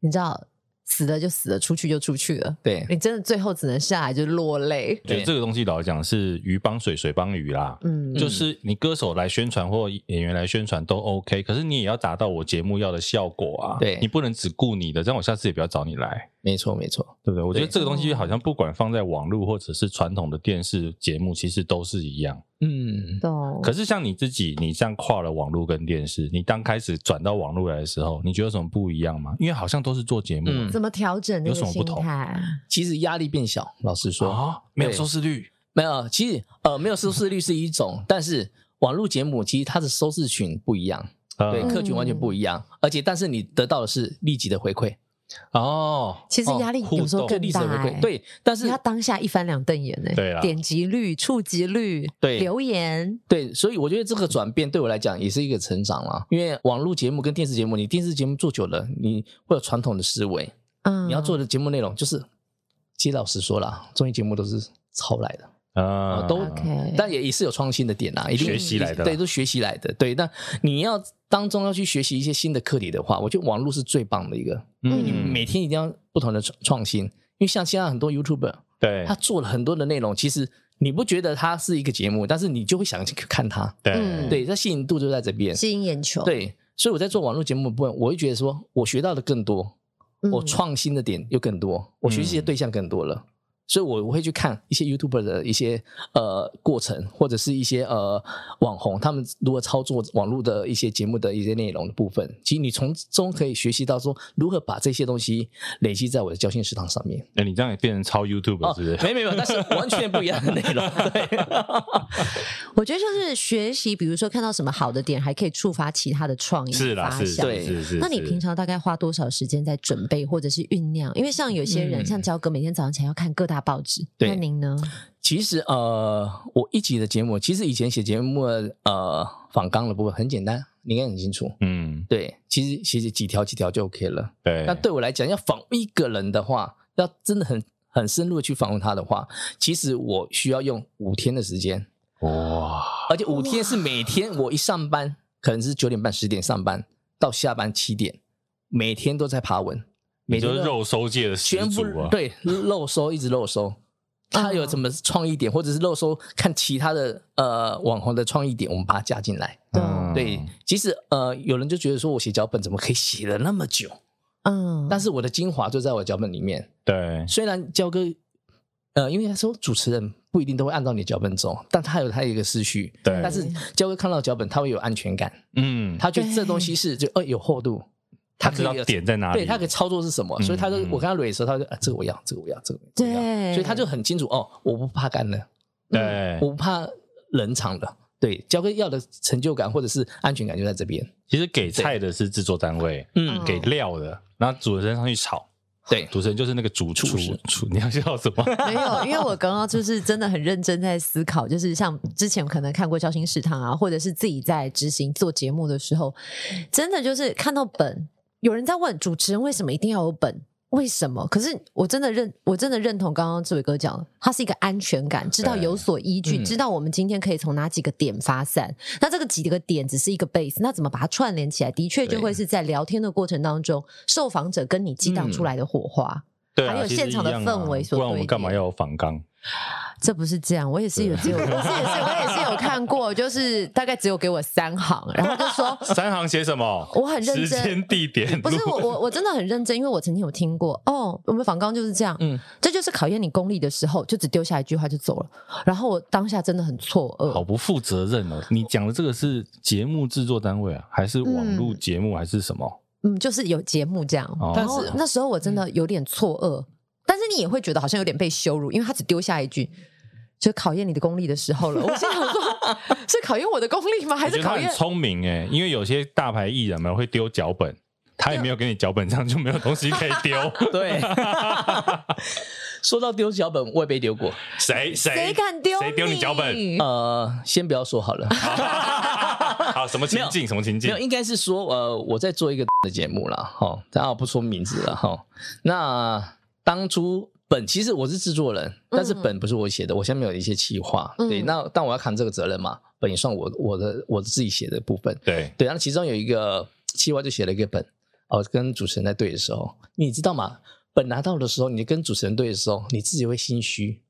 Speaker 1: 你知道死了就死了，出去就出去了，
Speaker 2: 对
Speaker 1: 你真的最后只能下来就落泪。
Speaker 3: 就这个东西老实讲是鱼帮水，水帮鱼啦。
Speaker 1: 嗯，
Speaker 3: 就是你歌手来宣传或演员来宣传都 OK，可是你也要达到我节目要的效果啊。
Speaker 2: 对
Speaker 3: 你不能只顾你的，这样我下次也不要找你来，
Speaker 2: 没错没错，
Speaker 3: 对不对？我觉得
Speaker 2: 对
Speaker 3: 这个东西好像不管放在网络或者是传统的电视节目，其实都是一样。
Speaker 2: 嗯，
Speaker 1: 懂。
Speaker 3: 可是像你自己，你这样跨了网络跟电视，你刚开始转到网络来的时候，你觉得有什么不一样吗？因为好像都是做节目啊
Speaker 2: 嗯
Speaker 1: 怎么调整那
Speaker 3: 有
Speaker 1: 个
Speaker 3: 什么不
Speaker 1: 心
Speaker 3: 同
Speaker 1: 态？
Speaker 2: 其实压力变小，老实说，
Speaker 3: 啊，没有收视率，
Speaker 2: 没有，其实呃没有收视率是一种，但是网络节目其实它的收视群不一样，对，
Speaker 3: 嗯
Speaker 2: 客群完全不一样，而且但是你得到的是立即的回馈，
Speaker 3: 哦，
Speaker 1: 其实
Speaker 2: 哦
Speaker 1: 压力
Speaker 3: 互
Speaker 1: 有时候
Speaker 3: 动
Speaker 2: 对，
Speaker 1: 更
Speaker 2: 立即
Speaker 1: 大、
Speaker 2: 的回
Speaker 1: 欸
Speaker 2: 馈，。对，但是
Speaker 1: 他当下一翻两瞪眼呢、
Speaker 3: 对啦
Speaker 1: 点击率、触及率、
Speaker 2: 对
Speaker 1: 留言，
Speaker 2: 对，所以我觉得这个转变对我来讲也是一个成长啦，因为网络节目跟电视节目，你电视节目做久了，你会有传统的思维，
Speaker 1: 嗯，
Speaker 2: 你要做的节目内容就是，其实老实说啦，综艺节目都是抄来的，
Speaker 3: 啊
Speaker 2: 都
Speaker 1: OK，
Speaker 2: 但也也是有创新的点啦，一定
Speaker 3: 学习来的啦
Speaker 2: 对，都学习来的，对。那你要当中要去学习一些新的课题的话，我觉得网络是最棒的一个，
Speaker 3: 嗯
Speaker 1: 你
Speaker 2: 每天一定要不同的创创新，因为像现在很多 YouTuber，
Speaker 3: 对
Speaker 2: 他
Speaker 1: 啊
Speaker 2: 做了很多的内容，其实你不觉得它是一个节目，但是你就会想去看它，
Speaker 3: 对
Speaker 1: 嗯
Speaker 2: 对，它吸引度就在这边，
Speaker 1: 吸引眼球，
Speaker 2: 对。所以我在做网络节目的部分，我会觉得说我学到的更多，
Speaker 1: 嗯，
Speaker 2: 我创新的点又更多，我学习的对象更多了，所以我会去看一些 YouTuber 的一些呃过程，或者是一些呃网红他们如何操作网络的一些节目的一些内容的部分。其实你从中可以学习到说如何把这些东西累积在我的教训食堂上面。
Speaker 3: 哎
Speaker 2: 啊
Speaker 3: 那你这样也变成超 YouTube 哦是不是？
Speaker 2: 没没有，但是完全不一样的内 容。
Speaker 1: 我觉得就是学习，比如说看到什么好的点，还可以触发其他的创意
Speaker 3: 是啦，
Speaker 1: 发
Speaker 3: 是
Speaker 1: 想。
Speaker 2: 对
Speaker 3: 是是是。
Speaker 1: 那你平常大概花多少时间在准备或者是酝酿？因为像有些人，
Speaker 2: 嗯
Speaker 1: 像焦哥，每天早上起来要看各大报纸。
Speaker 2: 对
Speaker 1: 那您呢？
Speaker 2: 其实呃，我一集的节目，其实以前写节目的呃访纲的部分很简单，你应该很清楚。
Speaker 3: 嗯，
Speaker 2: 对，其实其实几条几条就 OK 了。
Speaker 3: 对，
Speaker 2: 那啊对我来讲，要访问一个人的话，要真的很很深入的去访问他的话，其实我需要用五天的时间，
Speaker 3: 哇，
Speaker 2: 而且五天是每天我一上班，可能是九点半十点上班，到下班七点，每天都在爬文，每
Speaker 3: 你就
Speaker 2: 天
Speaker 3: 是
Speaker 2: 都
Speaker 3: 肉收界的始
Speaker 2: 全部
Speaker 3: 祖啊！
Speaker 2: 对漏收，一直漏收。他有什么创意点，或者是漏收看其他的呃网红的创意点，我们把它加进来。
Speaker 3: 嗯
Speaker 2: 对，其实呃有人就觉得说我写脚本怎么可以写了那么久？
Speaker 1: 嗯，
Speaker 2: 但是我的精华就在我的脚本里面。
Speaker 3: 对，
Speaker 2: 虽然焦哥呃，因为他说主持人不一定都会按照你的脚本走，但他有他一个思绪。
Speaker 3: 对
Speaker 2: 但是焦哥看到脚本，他会有安全感，
Speaker 3: 嗯，
Speaker 2: 他觉得这东西是就呃有厚度，他可
Speaker 3: 知
Speaker 2: 以
Speaker 3: 道
Speaker 2: 有
Speaker 3: 点在哪里，
Speaker 2: 对他可以操作是什么，所以他就
Speaker 3: 嗯嗯
Speaker 2: 我跟他捋的时候，他就、啊、这个我要，这个我要，这个我要，
Speaker 1: 对，
Speaker 2: 所以他就很清楚哦，我不怕干了，
Speaker 3: 对
Speaker 2: 我不怕冷场了。对，焦哥要的成就感或者是安全感就在这边。
Speaker 3: 其实给菜的是制作单位，
Speaker 2: 嗯
Speaker 3: 给料的，然后主持人上去炒，
Speaker 2: 对
Speaker 3: 主持人就是那个主厨
Speaker 2: 师
Speaker 3: 厨，你要笑什么？
Speaker 1: 没有，因为我刚刚就是真的很认真在思考，就是像之前可能看过《交心食堂》啊，或者是自己在执行做节目的时候，真的就是看到本，有人在问主持人为什么一定要有本。为什么？可是我真的认，我真的认同刚刚志伟哥讲的，它是一个安全感，知道有所依据，
Speaker 2: 嗯
Speaker 1: 知道我们今天可以从哪几个点发散。那这个几个点只是一个 base，那怎么把它串联起来？的确就
Speaker 2: 对
Speaker 1: 会是在聊天的过程当中，受访者跟你激荡出来的火花。
Speaker 3: 对啊，
Speaker 1: 还有
Speaker 3: 其实
Speaker 1: 现场的
Speaker 3: 一样啊
Speaker 1: 氛围所
Speaker 3: 不然我
Speaker 1: 堆
Speaker 3: 们干嘛
Speaker 1: 叠
Speaker 3: 要有仿钢？
Speaker 1: 这不是这样，我也是有只有，我是也是我也是有看 过，就是大概只有给我三行，然后就说
Speaker 3: 三行写什么？
Speaker 1: 我很认真
Speaker 3: 时间、地点，
Speaker 1: 不是
Speaker 3: 路
Speaker 1: 我，我我真的很认真，因为我曾经有听过哦，我们仿纲就是这样，
Speaker 2: 嗯
Speaker 1: 嗯，这就是考验你功力的时候，就只丢下一句话就走了。然后我当下真的很错
Speaker 3: 好
Speaker 1: 愕，
Speaker 3: 不负责任哦！你讲的这个是节目制作单位啊，还是网络节目，还是什么？
Speaker 1: 嗯，就是有节目这样，
Speaker 3: 哦
Speaker 1: 然后
Speaker 2: 但是
Speaker 1: 那时候我真的有点错愕，但是你也会觉得好像有点被羞辱，因为他只丢下一句。就考验你的功力的时候了，我心想 说，是考验我的功力吗？还
Speaker 3: 我觉
Speaker 1: 是
Speaker 3: 得他
Speaker 1: 考验
Speaker 3: 很聪明哎，因为有些大牌艺人们会丢脚本，他也没有给你脚本上就没有东西可以 丢。
Speaker 2: 对， 说到丢脚本，我也被丢过。
Speaker 3: 谁谁
Speaker 1: 谁敢丢？
Speaker 3: 哎谁丢你脚本？？
Speaker 2: 呃，先不要说好了，
Speaker 3: 好，什么情
Speaker 2: 没
Speaker 3: 境？什么情
Speaker 2: 没
Speaker 3: 境
Speaker 2: 有，？应该是说，呃，我在做一个的节目啦，哈，然后不说名字了哈。那当初本其实我是制作人，但是本不是我写的，我下面有一些企划，
Speaker 1: 嗯
Speaker 2: 对，那但我要扛这个责任嘛，本也算我我的我自己写的部分，
Speaker 3: 对，
Speaker 2: 对，然后其中有一个企划就写了一个本，哦，跟主持人在对的时候，你知道吗？本拿到的时候，你跟主持人对的时候，你自己会心虚，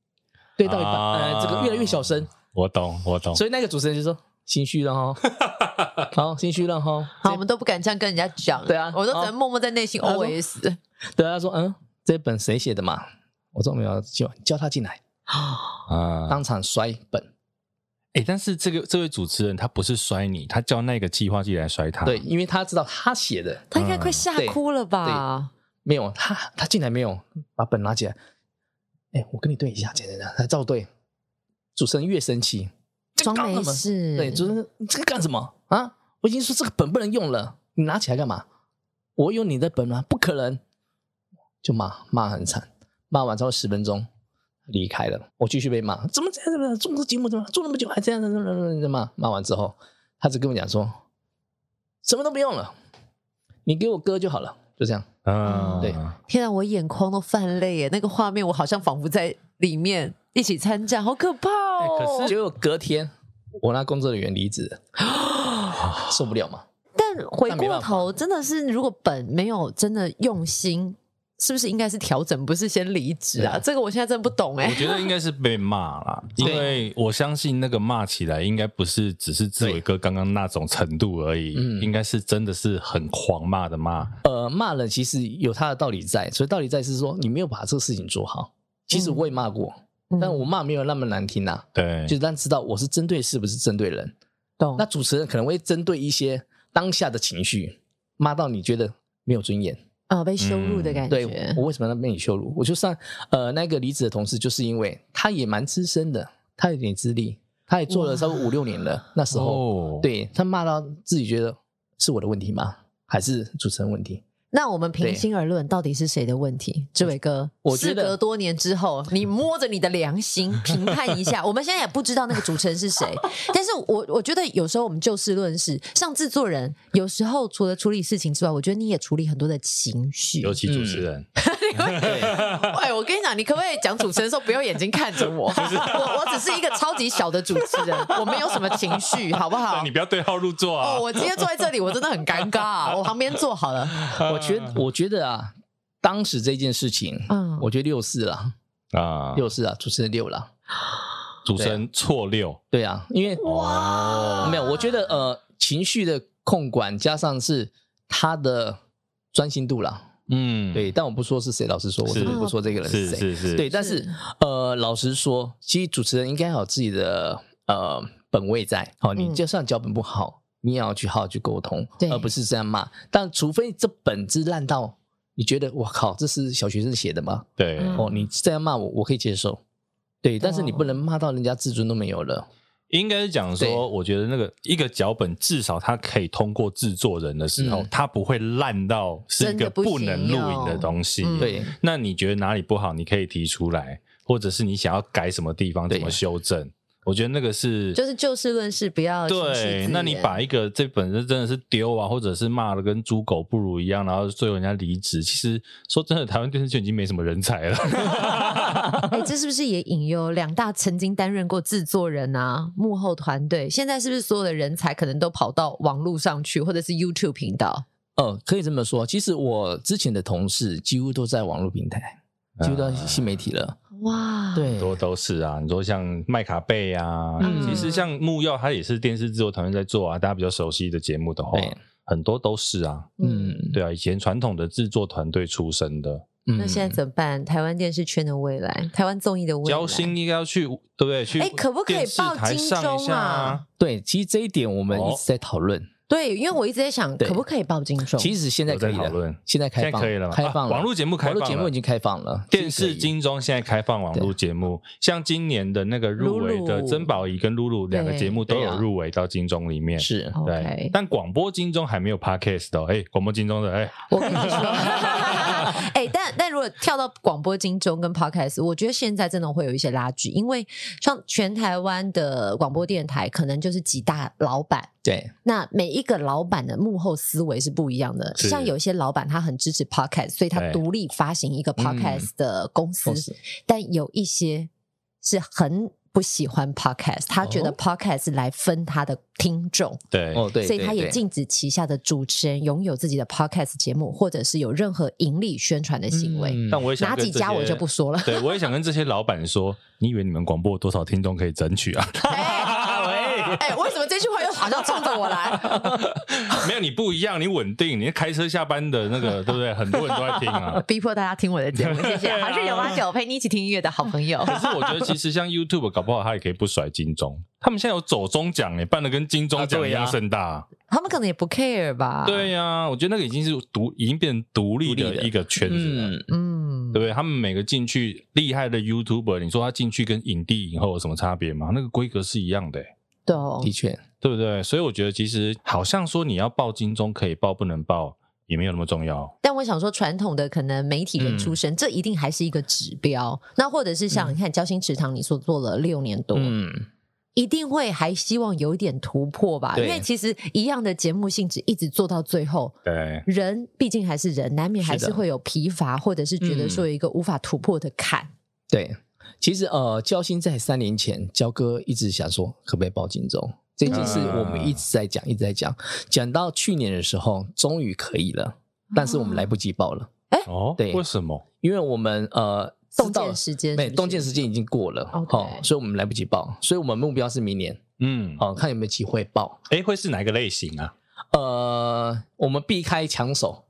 Speaker 2: 对到一半，呃，这个越来越小声，
Speaker 3: 我懂，我懂。
Speaker 2: 所以那个主持人就说心虚了哈，好，心虚了哦哈，
Speaker 1: 好，我们都不敢这样跟人家讲。
Speaker 2: 对啊
Speaker 1: 我都只能默默在内心
Speaker 2: 好嗯
Speaker 1: OS。
Speaker 2: 对，他说嗯，这本谁写的嘛？我说没有，就叫他进来，
Speaker 3: 啊，
Speaker 2: 当场摔本，
Speaker 3: 哎，但是这个这位主持人他不是摔你，他叫那个计划机来摔他。
Speaker 2: 对，，因为他知道他写的
Speaker 1: 他应该快吓哭了吧？
Speaker 2: 没有，他他进来没有，把本拿起来，哎，我跟你对一下，这样这样，他照对，主持人越生气，这
Speaker 1: 装
Speaker 2: 干
Speaker 1: 没
Speaker 2: 什么
Speaker 1: 事。
Speaker 2: 对，主持人，你这个干什么啊？我已经说这个本不能用了，你拿起来干嘛？我有你的本吗？不可能！就骂骂很惨，骂完超过十分钟离开了。我继续被骂，怎么这样怎么这样？做这个节目怎么做那么久还这样怎么怎么怎么骂？骂完之后，他只跟我讲说，什么都不用了，你给我歌就好了，就这样。
Speaker 3: 嗯，
Speaker 2: 对
Speaker 1: 天啊，我眼眶都泛泪耶！那个画面，我好像仿佛在里面一起参战，好可怕哦！
Speaker 3: 哎可是
Speaker 2: 结果隔天，我那工作人员离职了，受不了嘛。
Speaker 1: 但回
Speaker 2: 那没
Speaker 1: 过
Speaker 2: 办法
Speaker 1: 头，真的是如果本没有真的用心，是不是应该是调整，不是先离职啊？
Speaker 2: 对
Speaker 1: 这个我现在真的不懂哎
Speaker 3: 我。觉得应该是被骂啦，因
Speaker 2: 对
Speaker 3: 为我相信那个骂起来应该不是只是志伟哥刚刚那种程度而已，
Speaker 2: 嗯
Speaker 3: 应该是真的是很狂骂的骂。
Speaker 2: 呃，骂人其实有他的道理在，所以道理在是说你没有把这个事情做好。其实我也骂过，
Speaker 1: 嗯
Speaker 2: 但我骂没有那么难听呐、啊，
Speaker 3: 嗯对，哦
Speaker 2: 就但知道我是针对是不是针对人。
Speaker 1: 懂
Speaker 2: 那主持人可能会针对一些当下的情绪，骂到你觉得没有尊严。
Speaker 1: 啊，被羞辱的感
Speaker 2: 嗯对
Speaker 1: 觉。
Speaker 2: 我为什么要被你羞辱？我就上呃那个离职的同事，就是因为他也蛮资深的，他有点资历，他也做了差不多五六年了。那时候，
Speaker 3: 哦，
Speaker 2: 对他骂到自己觉得是我的问题吗？还是主持人问题？
Speaker 1: 那我们平心而论，到底是谁的问题？志伟哥，
Speaker 2: 我觉得
Speaker 1: 事隔多年之后，你摸着你的良心 评判一 下，我们现在也不知道那个主持人是谁， 但是我我觉得有时候我们就事论事，像制作人，有时候除了处理事情之外，我觉得你也处理很多的情绪。
Speaker 3: 尤其主持人，
Speaker 2: 嗯
Speaker 1: 哎，我跟你讲，你可不可以讲主持人的时候不用眼睛看着 我？我我只是一个超级小的主持人， 我没有什么情绪，好不好
Speaker 3: 哎你？不要对号入座啊！
Speaker 1: 哦，我今天坐在这里，我真的很尴尬、我旁边坐好了。
Speaker 2: 我觉
Speaker 3: 嗯
Speaker 2: 我觉得啊，当时这件事情，
Speaker 1: 嗯
Speaker 2: 我觉得六四啊，
Speaker 3: 啊，
Speaker 2: 六四啊，主持人六了，
Speaker 3: 主持人错六，
Speaker 2: 对啊，因为
Speaker 3: 哇
Speaker 2: 没有，我觉得呃，情绪的控管加上是他的专心度啦，
Speaker 3: 嗯，
Speaker 2: 对，但我不说是谁，老实说，我
Speaker 3: 是
Speaker 2: 真的不说这个人
Speaker 3: 是
Speaker 2: 谁，
Speaker 3: 是是，
Speaker 2: 对，但是呃，老实说，其实主持人应该要有自己的呃本位在，好、你
Speaker 1: 嗯
Speaker 2: 就算脚本不好，你也要去好好去沟通
Speaker 1: 对，
Speaker 2: 而不是这样骂，但除非这本子烂到。你觉得我靠，这是小学生写的吗？
Speaker 3: 对，
Speaker 1: 嗯
Speaker 2: 哦，你这样骂我，我可以接受。对，但是你
Speaker 1: 哦
Speaker 2: 不能骂到人家自尊都没有了。
Speaker 3: 应该是讲
Speaker 2: 对
Speaker 3: 说，我觉得那个一个脚本至少它可以通过制作人的时候，
Speaker 2: 嗯
Speaker 3: 它不会烂到是一
Speaker 1: 真
Speaker 3: 个
Speaker 1: 的不
Speaker 2: 哦
Speaker 3: 不
Speaker 1: 行
Speaker 3: 能录影的
Speaker 1: 哟
Speaker 3: 东西。
Speaker 1: 嗯
Speaker 2: 对，
Speaker 3: 那你觉得哪里不好，你可以提出来，或者是你想要改什么地方，
Speaker 2: 对
Speaker 3: 怎么修正？我觉得那个是
Speaker 1: 就是就事论事，不要情绪自
Speaker 3: 对。
Speaker 1: 言
Speaker 3: 那你把一个这本身真的是丢啊，或者是骂的跟猪狗不如一样，然后最后人家离职，其实说真的，台湾电视圈已经没什么人才 了。
Speaker 1: 哎、这是不是也引诱两大曾经担任过制作人啊、幕后团队，现在是不是所有的人才可能都跑到网络上去，或者是 YouTube 频道？
Speaker 2: 呃，可以这么说。其实我之前的同事几乎都在网络平台，进入到新媒体了。
Speaker 1: 啊
Speaker 2: 嗯
Speaker 1: 哇，，
Speaker 2: 对
Speaker 3: 很，多都是啊，你说像麦卡贝啊，
Speaker 1: 嗯
Speaker 3: 其实像木曜，它也是电视制作团队在做啊，大家比较熟悉的节目的话
Speaker 2: 对，
Speaker 3: 很多都是啊，
Speaker 2: 嗯，
Speaker 3: 对啊，以前传统的制作团队出身的，
Speaker 2: 嗯
Speaker 1: 那现在怎么办？台湾电视圈的未来，台湾综艺的未来，
Speaker 3: 交心应该要去，对不对？去
Speaker 1: 哎可不可以
Speaker 3: 电视台上一下
Speaker 1: 报金
Speaker 3: 啊？
Speaker 2: 对，其实这一点我们
Speaker 3: 哦
Speaker 2: 一直在讨论。
Speaker 4: 对，因为我一直在想，
Speaker 2: 对
Speaker 4: 可不可以报金钟？
Speaker 2: 其实现在可以
Speaker 3: 有在讨论
Speaker 2: 了，现在开
Speaker 3: 现在
Speaker 2: 放，
Speaker 3: 可以了吗
Speaker 2: 开放
Speaker 3: 啊
Speaker 2: 了，
Speaker 3: 网络节目开放了
Speaker 2: 网络节目已经开放了，
Speaker 3: 电视
Speaker 2: 其实可以
Speaker 3: 金钟现在开放网络节目，像今年的那个入围的
Speaker 1: 露露
Speaker 3: 曾宝仪跟露露两个节目都
Speaker 2: 对
Speaker 3: 有
Speaker 2: 啊
Speaker 3: 入围到金钟里面。
Speaker 2: 是
Speaker 1: OK
Speaker 3: 对，。但广播金钟还没有 podcast 的哦，哎，广播金钟的，哎，
Speaker 1: 我跟你说，哎、但但如果跳到广播金钟跟 podcast，我觉得现在真的会有一些拉锯，因为像全台湾的广播电台，可能就是几大老板。
Speaker 2: 对，
Speaker 1: 那每一个老板的幕后思维是不一样的，
Speaker 3: 是
Speaker 1: 像有一些老板他很支持 podcast，所以他
Speaker 3: 对
Speaker 1: 独立发行一个 podcast 的公司，
Speaker 2: 公司
Speaker 1: 但有一些是很不喜欢 podcast，他觉得
Speaker 2: 哦
Speaker 1: podcast 是来分他的听众，
Speaker 3: 对，
Speaker 2: 哦对，
Speaker 1: 所以他
Speaker 2: 对
Speaker 1: 也
Speaker 2: 对
Speaker 1: 禁止旗下的主持人拥有自己的 podcast 节目，或者是有任何盈利宣传的行为。
Speaker 2: 嗯
Speaker 3: 但我也想
Speaker 1: 哪
Speaker 3: 跟
Speaker 1: 几
Speaker 3: 这
Speaker 1: 家
Speaker 3: 些
Speaker 1: 我就不 说了
Speaker 3: 对，我也想跟这些老板说，你以为你们广播有多少听众可以争取啊？
Speaker 1: 哎、为什么这句话又好像冲着我来？
Speaker 3: 没有，你不一样，你稳定，你开车下班的那个，对不对？很多人都在听啊。
Speaker 1: 逼迫大家听我的节目，谢谢。还是有八九陪你一起听音乐的好朋友。
Speaker 3: 可是我觉得，其实像 YouTube 搞不好他也可以不甩金 钟，他们现在有走中奖哎，办的跟金钟
Speaker 2: 啊
Speaker 3: 奖
Speaker 2: 对
Speaker 3: 一
Speaker 2: 呀
Speaker 3: 样盛大。
Speaker 1: 他们可能也不 care 吧？，
Speaker 3: 对呀、我觉得那个已经是独，已经变成独立
Speaker 2: 独立
Speaker 3: 的
Speaker 2: 的
Speaker 3: 一个圈子了。
Speaker 2: 嗯，
Speaker 1: 嗯
Speaker 3: 对不，对？他们每个进去厉害的 YouTuber，你说他进去跟影帝影后有什么差别吗？那个规格是一样的、欸，
Speaker 1: 对哦
Speaker 2: 的确，
Speaker 3: 对不对？所以我觉得其实好像说你要报金钟可以报，不能报也没有那么重要。
Speaker 1: 但我想说，传统的可能媒体人出
Speaker 3: 嗯
Speaker 1: 身，这一定还是一个指标。那或者是像你看交心池塘，你所做了六年多，
Speaker 2: 嗯，
Speaker 1: 一定会还希望有一点突破吧？因
Speaker 2: 对
Speaker 1: 为其实一样的节目性质一直做到最后，
Speaker 3: 对，
Speaker 1: 人毕竟还是人，难免还
Speaker 2: 是
Speaker 1: 是
Speaker 2: 的嗯
Speaker 1: 会有疲乏，或者是觉得说有一个无法突破的坎。
Speaker 2: 对。其实呃，交心在三年前，焦哥一直想说可不可以报金钟这件事，
Speaker 3: 嗯
Speaker 2: 我们一直在讲，一直在讲，讲到去年的时候，终于可以
Speaker 1: 啊
Speaker 2: 了，但是我们来不及报了，
Speaker 3: 哦，
Speaker 2: 对
Speaker 3: 为什么？
Speaker 2: 因为我们呃，知
Speaker 1: 冻
Speaker 2: 道
Speaker 1: 结时间是不
Speaker 2: 没
Speaker 1: 是，
Speaker 2: 冻结时间已经过了
Speaker 1: OK
Speaker 2: 哦，所以我们来不及报，所以我们目标是明年
Speaker 3: 嗯，
Speaker 2: 哦，看有没有机会报。
Speaker 3: 哎，会是哪一个类型啊？
Speaker 2: 呃，我们避开抢手，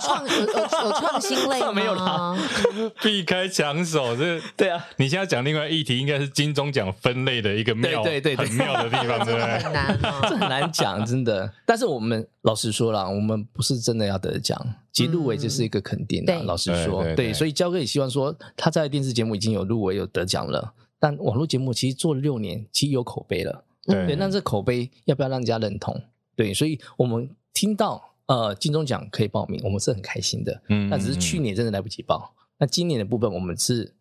Speaker 1: 创有有有创新类吗
Speaker 2: 没有啦，
Speaker 3: 避开抢手，这
Speaker 2: 对啊，
Speaker 3: 你现在讲另外议题，应该是金钟奖分类的一个妙，
Speaker 2: 对对对对
Speaker 3: 很妙的地方，
Speaker 1: 真
Speaker 3: 对不
Speaker 1: 的
Speaker 3: 对
Speaker 1: 很？难
Speaker 2: 这
Speaker 1: 哦。
Speaker 2: 很难讲，真的。但是我们老实说啦，我们不是真的要得奖，其实入围就是一个肯定啦。
Speaker 1: 对
Speaker 2: 老实说，
Speaker 3: 对对对
Speaker 2: 所以焦哥也希望说他在电视节目已经有入围有得奖了，但网络节目其实做了六年，其实有口碑了。 对，
Speaker 3: 嗯
Speaker 2: 那这口碑要不要让人家认同？对，所以我们听到呃金钟奖可以报名，我们是很开心的。
Speaker 3: 嗯
Speaker 2: 那只是去年真的来不及报，那今年的部分我们是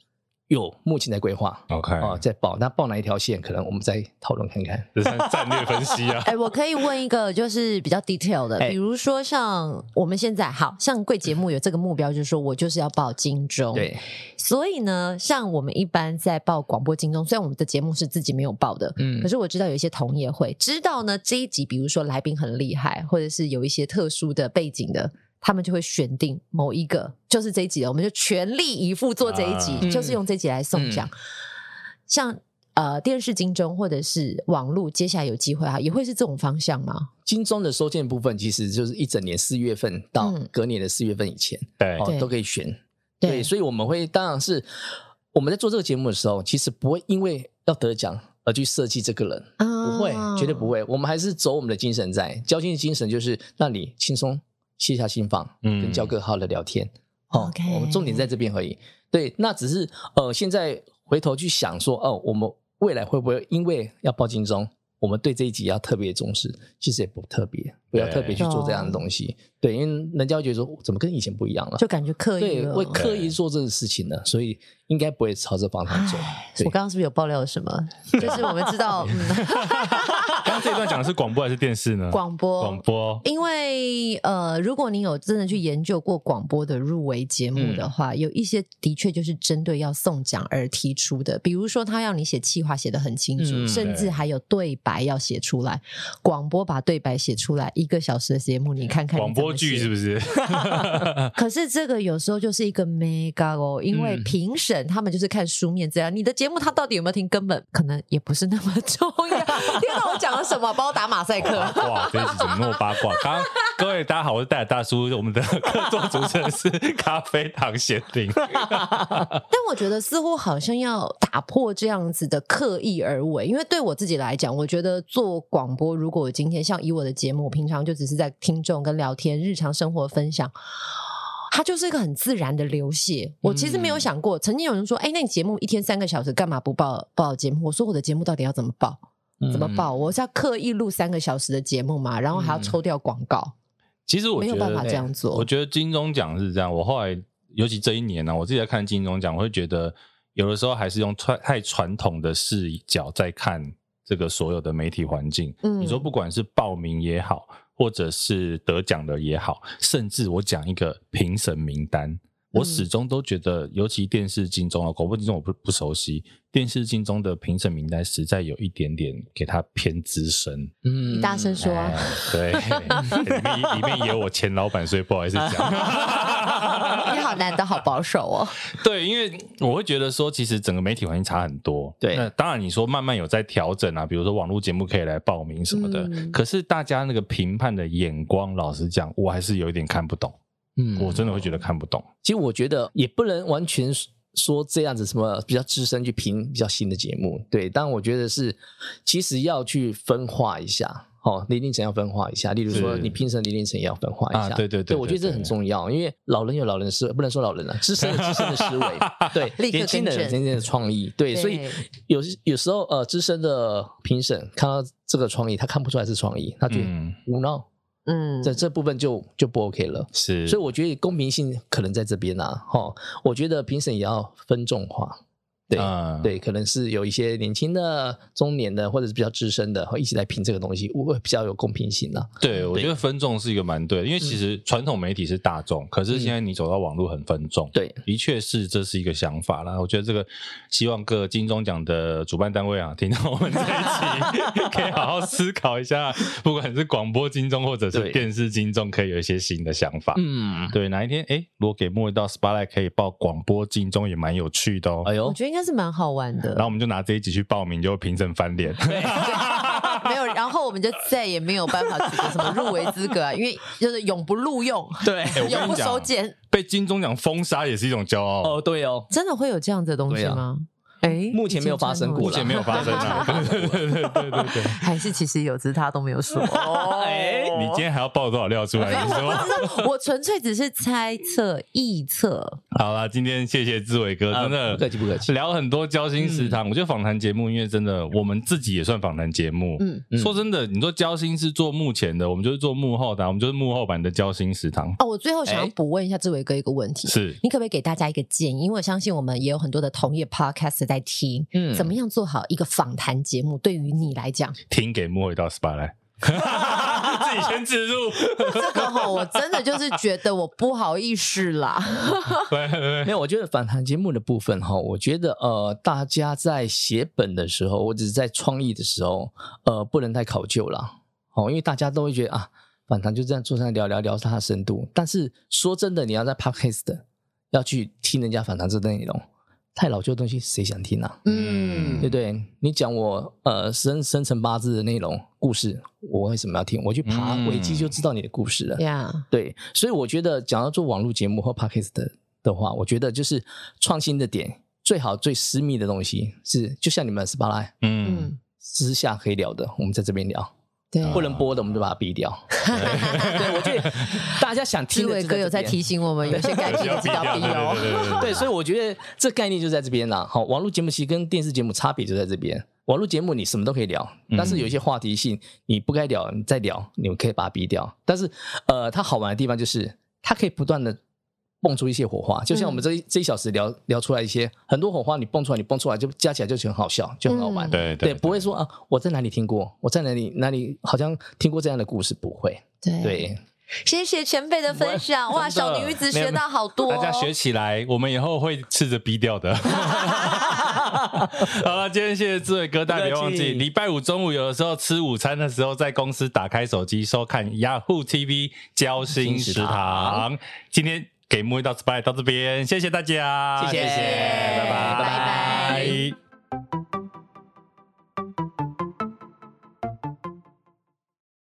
Speaker 2: 有目前在规划
Speaker 3: OK，
Speaker 2: 啊、在报，那报哪一条线，可能我们再讨论看看。
Speaker 3: 这算战略分析 啊。
Speaker 1: 哎、我可以问一个，就是比较 detail 的，
Speaker 2: 哎
Speaker 1: 比如说像我们现在好像贵节目有这个目标，就是说我就是要报金钟，
Speaker 2: 对，
Speaker 1: 所以呢，像我们一般在报广播金钟，虽然我们的节目是自己没有报的，
Speaker 2: 嗯
Speaker 1: 可是我知道有一些同业会知道呢，这一集比如说来宾很厉害，或者是有一些特殊的背景的。他们就会选定某一个，就是这一集的，我们就全力以赴做这一集，
Speaker 3: 啊
Speaker 1: 就是用这一集来送奖。
Speaker 2: 嗯
Speaker 1: 像呃电视金钟或者是网络，接下来有机会啊，也会是这种方向吗？
Speaker 2: 金钟的收件部分其实就是一整年四月份到
Speaker 1: 嗯
Speaker 2: 隔年的四月份以前、
Speaker 3: 对，
Speaker 2: 哦
Speaker 1: 对
Speaker 2: 都可以选。
Speaker 1: 对
Speaker 2: 对，所以我们会当然是我们在做这个节目的时候，其实不会因为要得奖而去设计这个人，
Speaker 1: 啊
Speaker 2: 不会，绝对不。会。我们还是走我们的精神在，交心的精神就是让你轻松卸下心防，
Speaker 3: 嗯
Speaker 2: 跟焦哥好好的聊天。哦
Speaker 1: OK
Speaker 2: 我们重点在这边而已。对，那只是呃，现在回头去想说，哦，我们未来会不会因为要报金钟，我们对这一集要特别重视？其实也不特别，不要
Speaker 3: 对
Speaker 2: 特别去做这样的东西。哦对，因为人家会觉得说，怎么跟以前不一样了？
Speaker 1: 就感觉刻意
Speaker 2: 对，
Speaker 1: 了，
Speaker 2: 会刻意做这个事情呢，所以应该不会朝这方向走。对
Speaker 1: 我刚刚是不是有爆料什 么？就是我们知道，嗯，
Speaker 3: 刚刚这一段讲的是广播还是电视呢？
Speaker 1: 广播
Speaker 3: 广播
Speaker 1: 因为呃，如果你有真的去研究过广播的入围节目
Speaker 3: 嗯
Speaker 1: 的话，有一些的确就是针对要送奖而提出的，比如说他要你写企划写得很清楚，
Speaker 2: 嗯
Speaker 1: 甚至
Speaker 3: 对
Speaker 1: 还有对白要写出来。广播把对白写出来，一个小时的节目，你看看
Speaker 3: 广播剧是
Speaker 1: 是？
Speaker 3: 不是？
Speaker 1: 可是这个有时候就是一个 mega 哦，因为
Speaker 2: 嗯
Speaker 1: 评审他们就是看书面资料，你的节目他到底有没有听，根本可能也不是那么重要。 听到我讲了什么？帮我打马赛克。
Speaker 3: 哇，这一集怎么那么八卦？刚刚各位大家好，我是戴尔大叔，我们的客座主持人是咖啡糖贤玲。
Speaker 1: 但我觉得似乎好像要打破这样子的刻意而为，因为对我自己来讲，我觉得做广播，如果我今天像以我的节目，平常就只是在听众跟聊天、日常生活分享。它就是一个很自然的流泻。我其实没
Speaker 2: 嗯
Speaker 1: 有想过，曾经有人说：“哎、那你节目一天三个小时，干嘛不报报节目？”我说：“我的节目到底要怎么报？怎
Speaker 2: 嗯
Speaker 1: 么报？我是要刻意录三个小时的节目嘛，然后还要抽掉广告，
Speaker 3: 其实我
Speaker 1: 没
Speaker 3: 觉
Speaker 1: 有
Speaker 3: 得
Speaker 1: 办法这样做。
Speaker 3: 我觉得金钟奖是这样，我后来尤其这一年呢、啊我自己在看金钟奖，我会觉得有的时候还是用传太传统的视角在看这个所有的媒体环境。
Speaker 1: 嗯
Speaker 3: 你说不管是报名也好，或者是得奖的也好，甚至我讲一个评审名单。我
Speaker 1: 嗯
Speaker 3: 始终都觉得，尤其电视金钟啊，广播金钟我不不熟悉，电视金钟的评审名单实在有一点点给它偏资深。
Speaker 2: 嗯
Speaker 1: 你大声说啊、
Speaker 3: 哎对，里面里面有我前老板，所以不好意思
Speaker 1: 你
Speaker 3: 讲。
Speaker 1: 好难得，好保守哦。
Speaker 3: 对，因为我会觉得说，其实整个媒体环境差很多。
Speaker 2: 对
Speaker 3: 那当然你说慢慢有在调整啊，比如说网络节目可以来报名什么的。
Speaker 1: 嗯
Speaker 3: 可是大家那个评判的眼光，老实讲，我还是有一点看不懂。
Speaker 2: 嗯
Speaker 3: 我真的会觉得看不懂。
Speaker 2: 其实我觉得也不能完全说这样子什么比较资深去评比较新的节目，对。但我觉得是其实要去分化一下。哦，年龄层要分化一下，例如说
Speaker 3: 是
Speaker 2: 你评审年龄层也要分哦化一下，
Speaker 3: 啊对对对
Speaker 2: 对，我觉得
Speaker 3: 对
Speaker 2: 这很
Speaker 3: 对
Speaker 2: 重要，因为老人有老人的思，不能说老人了，资深有资深的思维， 对，
Speaker 1: 立刻
Speaker 2: 年轻人
Speaker 1: 更
Speaker 2: 有
Speaker 1: 正
Speaker 2: 年轻人的创意，对，
Speaker 1: 对
Speaker 2: 所以有有时候呃，资深的评审看到这个创意，他看不出来是创意，他就
Speaker 3: 嗯，
Speaker 2: 无脑，
Speaker 1: 嗯，
Speaker 2: 在这部分就就不 OK 了。
Speaker 3: 是。
Speaker 2: 所以我觉得公平性可能在这边啊，哈，我觉得评审也要分众化，对、
Speaker 3: 嗯
Speaker 2: 对，可能是有一些年轻的、中年的，或者是比较资深的，一起来评这个东西，我会比较有公平性啊。
Speaker 3: 对，我
Speaker 2: 对嗯
Speaker 3: 觉得分众是一个蛮对的，因为其实传统媒体是大众，可是现在你走到网络很分众，
Speaker 2: 对，
Speaker 3: 的确是这是一个想法啦。我觉得这个希望各金钟奖的主办单位啊，听到我们这一集，可以好好思考一下，不管是广播金钟或者是
Speaker 2: 对
Speaker 3: 电视金钟，可以有一些新的想法。
Speaker 2: 嗯，
Speaker 3: 对，哪一天哎，如果给莫一到 spotlight 可以报广播金钟，也蛮有趣的哦。
Speaker 2: 哎
Speaker 1: 我
Speaker 2: 呦，
Speaker 1: 觉得应该是蛮好玩的
Speaker 3: 然。后我们就拿这一集去报名，就评审翻脸。
Speaker 1: 没有，然后我们就再也没有办法取得什么入围资格、啊，因为就是永不录用，
Speaker 2: 对，
Speaker 3: 哎
Speaker 1: 永
Speaker 3: 我跟你
Speaker 1: 不收
Speaker 3: 讲，
Speaker 1: 件，
Speaker 3: 被金钟奖封杀也是一种骄傲。
Speaker 2: 哦，对哦，
Speaker 1: 真的会有这样子的东西吗？哎、
Speaker 2: 目前没有发生过
Speaker 3: 啊目
Speaker 2: 啦
Speaker 3: 前没有发生啊，对对对对对对。
Speaker 1: 还是其实有，只是他都没有 说。哦
Speaker 2: 哎
Speaker 3: 你今天还要爆多少料出来？你说
Speaker 1: 我纯粹只是猜测、臆测。
Speaker 3: 好啦，今天谢谢志伟哥，
Speaker 2: 啊
Speaker 3: 真的
Speaker 2: 不客气不客气
Speaker 3: 聊很多交心食堂。我觉得访谈节目，因为真的我们自己也算访谈节目。
Speaker 1: 嗯
Speaker 2: 嗯
Speaker 3: 说真的，你说交心是做幕前的，我们就是做幕后的啊，我们就是幕后版的交心食堂。
Speaker 1: 哦，我最后想要补问一下志伟哥一个问题。
Speaker 3: 是
Speaker 1: 你可不可以给大家一个建议？因为我相信我们也有很多的同业 podcast 在听，
Speaker 2: 嗯
Speaker 1: 怎么样做好一个访谈节目？对于你来讲，
Speaker 3: 听给幕后一道 SPA 来，自己先自入。
Speaker 1: 这个哈，我真的就是觉得我不好意思啦。
Speaker 3: 对对对
Speaker 2: 没有，我觉得访谈节目的部分哈，我觉得呃，大家在写本的时候，或者是在创意的时候，呃，不能太考究了哦，因为大家都会觉得啊，访谈就这样坐上来聊聊聊它的深度。但是说真的，你要在 podcast 要去听人家访谈这内容，太老旧的东西谁想听啊？
Speaker 1: 嗯
Speaker 3: 嗯
Speaker 2: 对不对？你讲我呃生生辰八字的内容故事，我为什么要听？我去爬
Speaker 3: 嗯
Speaker 2: 维基就知道你的故事了。
Speaker 1: 呀。
Speaker 2: 对，所以我觉得讲到做网络节目或 podcast 的的话，我觉得就是创新的点，最好最私密的东西是，就像你们 s p a l i
Speaker 3: 嗯，
Speaker 1: 嗯，
Speaker 2: 私下可以聊的，我们在这边聊，
Speaker 1: 对。
Speaker 2: 不能播的我们就把它逼掉。 对，我觉得大家想
Speaker 1: 志
Speaker 2: 听的
Speaker 1: 伟
Speaker 2: 就
Speaker 1: 哥有在
Speaker 2: 这
Speaker 1: 提。
Speaker 2: 边
Speaker 1: 醒我们，有些该
Speaker 3: 还是
Speaker 1: 逼
Speaker 3: 要
Speaker 1: 的
Speaker 3: 低
Speaker 1: 知
Speaker 3: 调
Speaker 1: 道逼
Speaker 3: 对对
Speaker 1: 哦。
Speaker 3: 对对对
Speaker 2: 对，所以我觉得这概念就在这边啦。好，网络节目其实跟电视节目差别就在这边。网络节目你什么都可以聊，但是有一些话题性你不该聊，你再聊，你们可以把它逼掉。但是，呃，它好玩的地方就是它可以不断的蹦出一些火花，就像我们这一这一小时聊聊出来一些很多火花，你蹦出来，你蹦出来就加起来就很好笑，就很好玩。
Speaker 4: 嗯
Speaker 3: 对
Speaker 2: 对，不会说啊，我在哪里听过，我在哪里哪里好像听过这样的故事，不会。
Speaker 4: 对
Speaker 2: 对，
Speaker 1: 谢谢前辈的分享，哇，
Speaker 3: 真的
Speaker 1: 小女子
Speaker 3: 没有
Speaker 1: 学到好多、哦，
Speaker 3: 大家学起来，我们以后会试着逼掉的。 好了，今天谢谢志伟哥，大家别忘
Speaker 2: 不客
Speaker 3: 记
Speaker 2: 气
Speaker 3: 礼拜五中午有的时候吃午餐的时候，在公司打开手机收看 Yahoo TV 交心食堂。今天给木一到 Spy 到这边，谢谢大家，
Speaker 2: 谢谢
Speaker 3: 拜拜，
Speaker 1: 拜拜
Speaker 3: 拜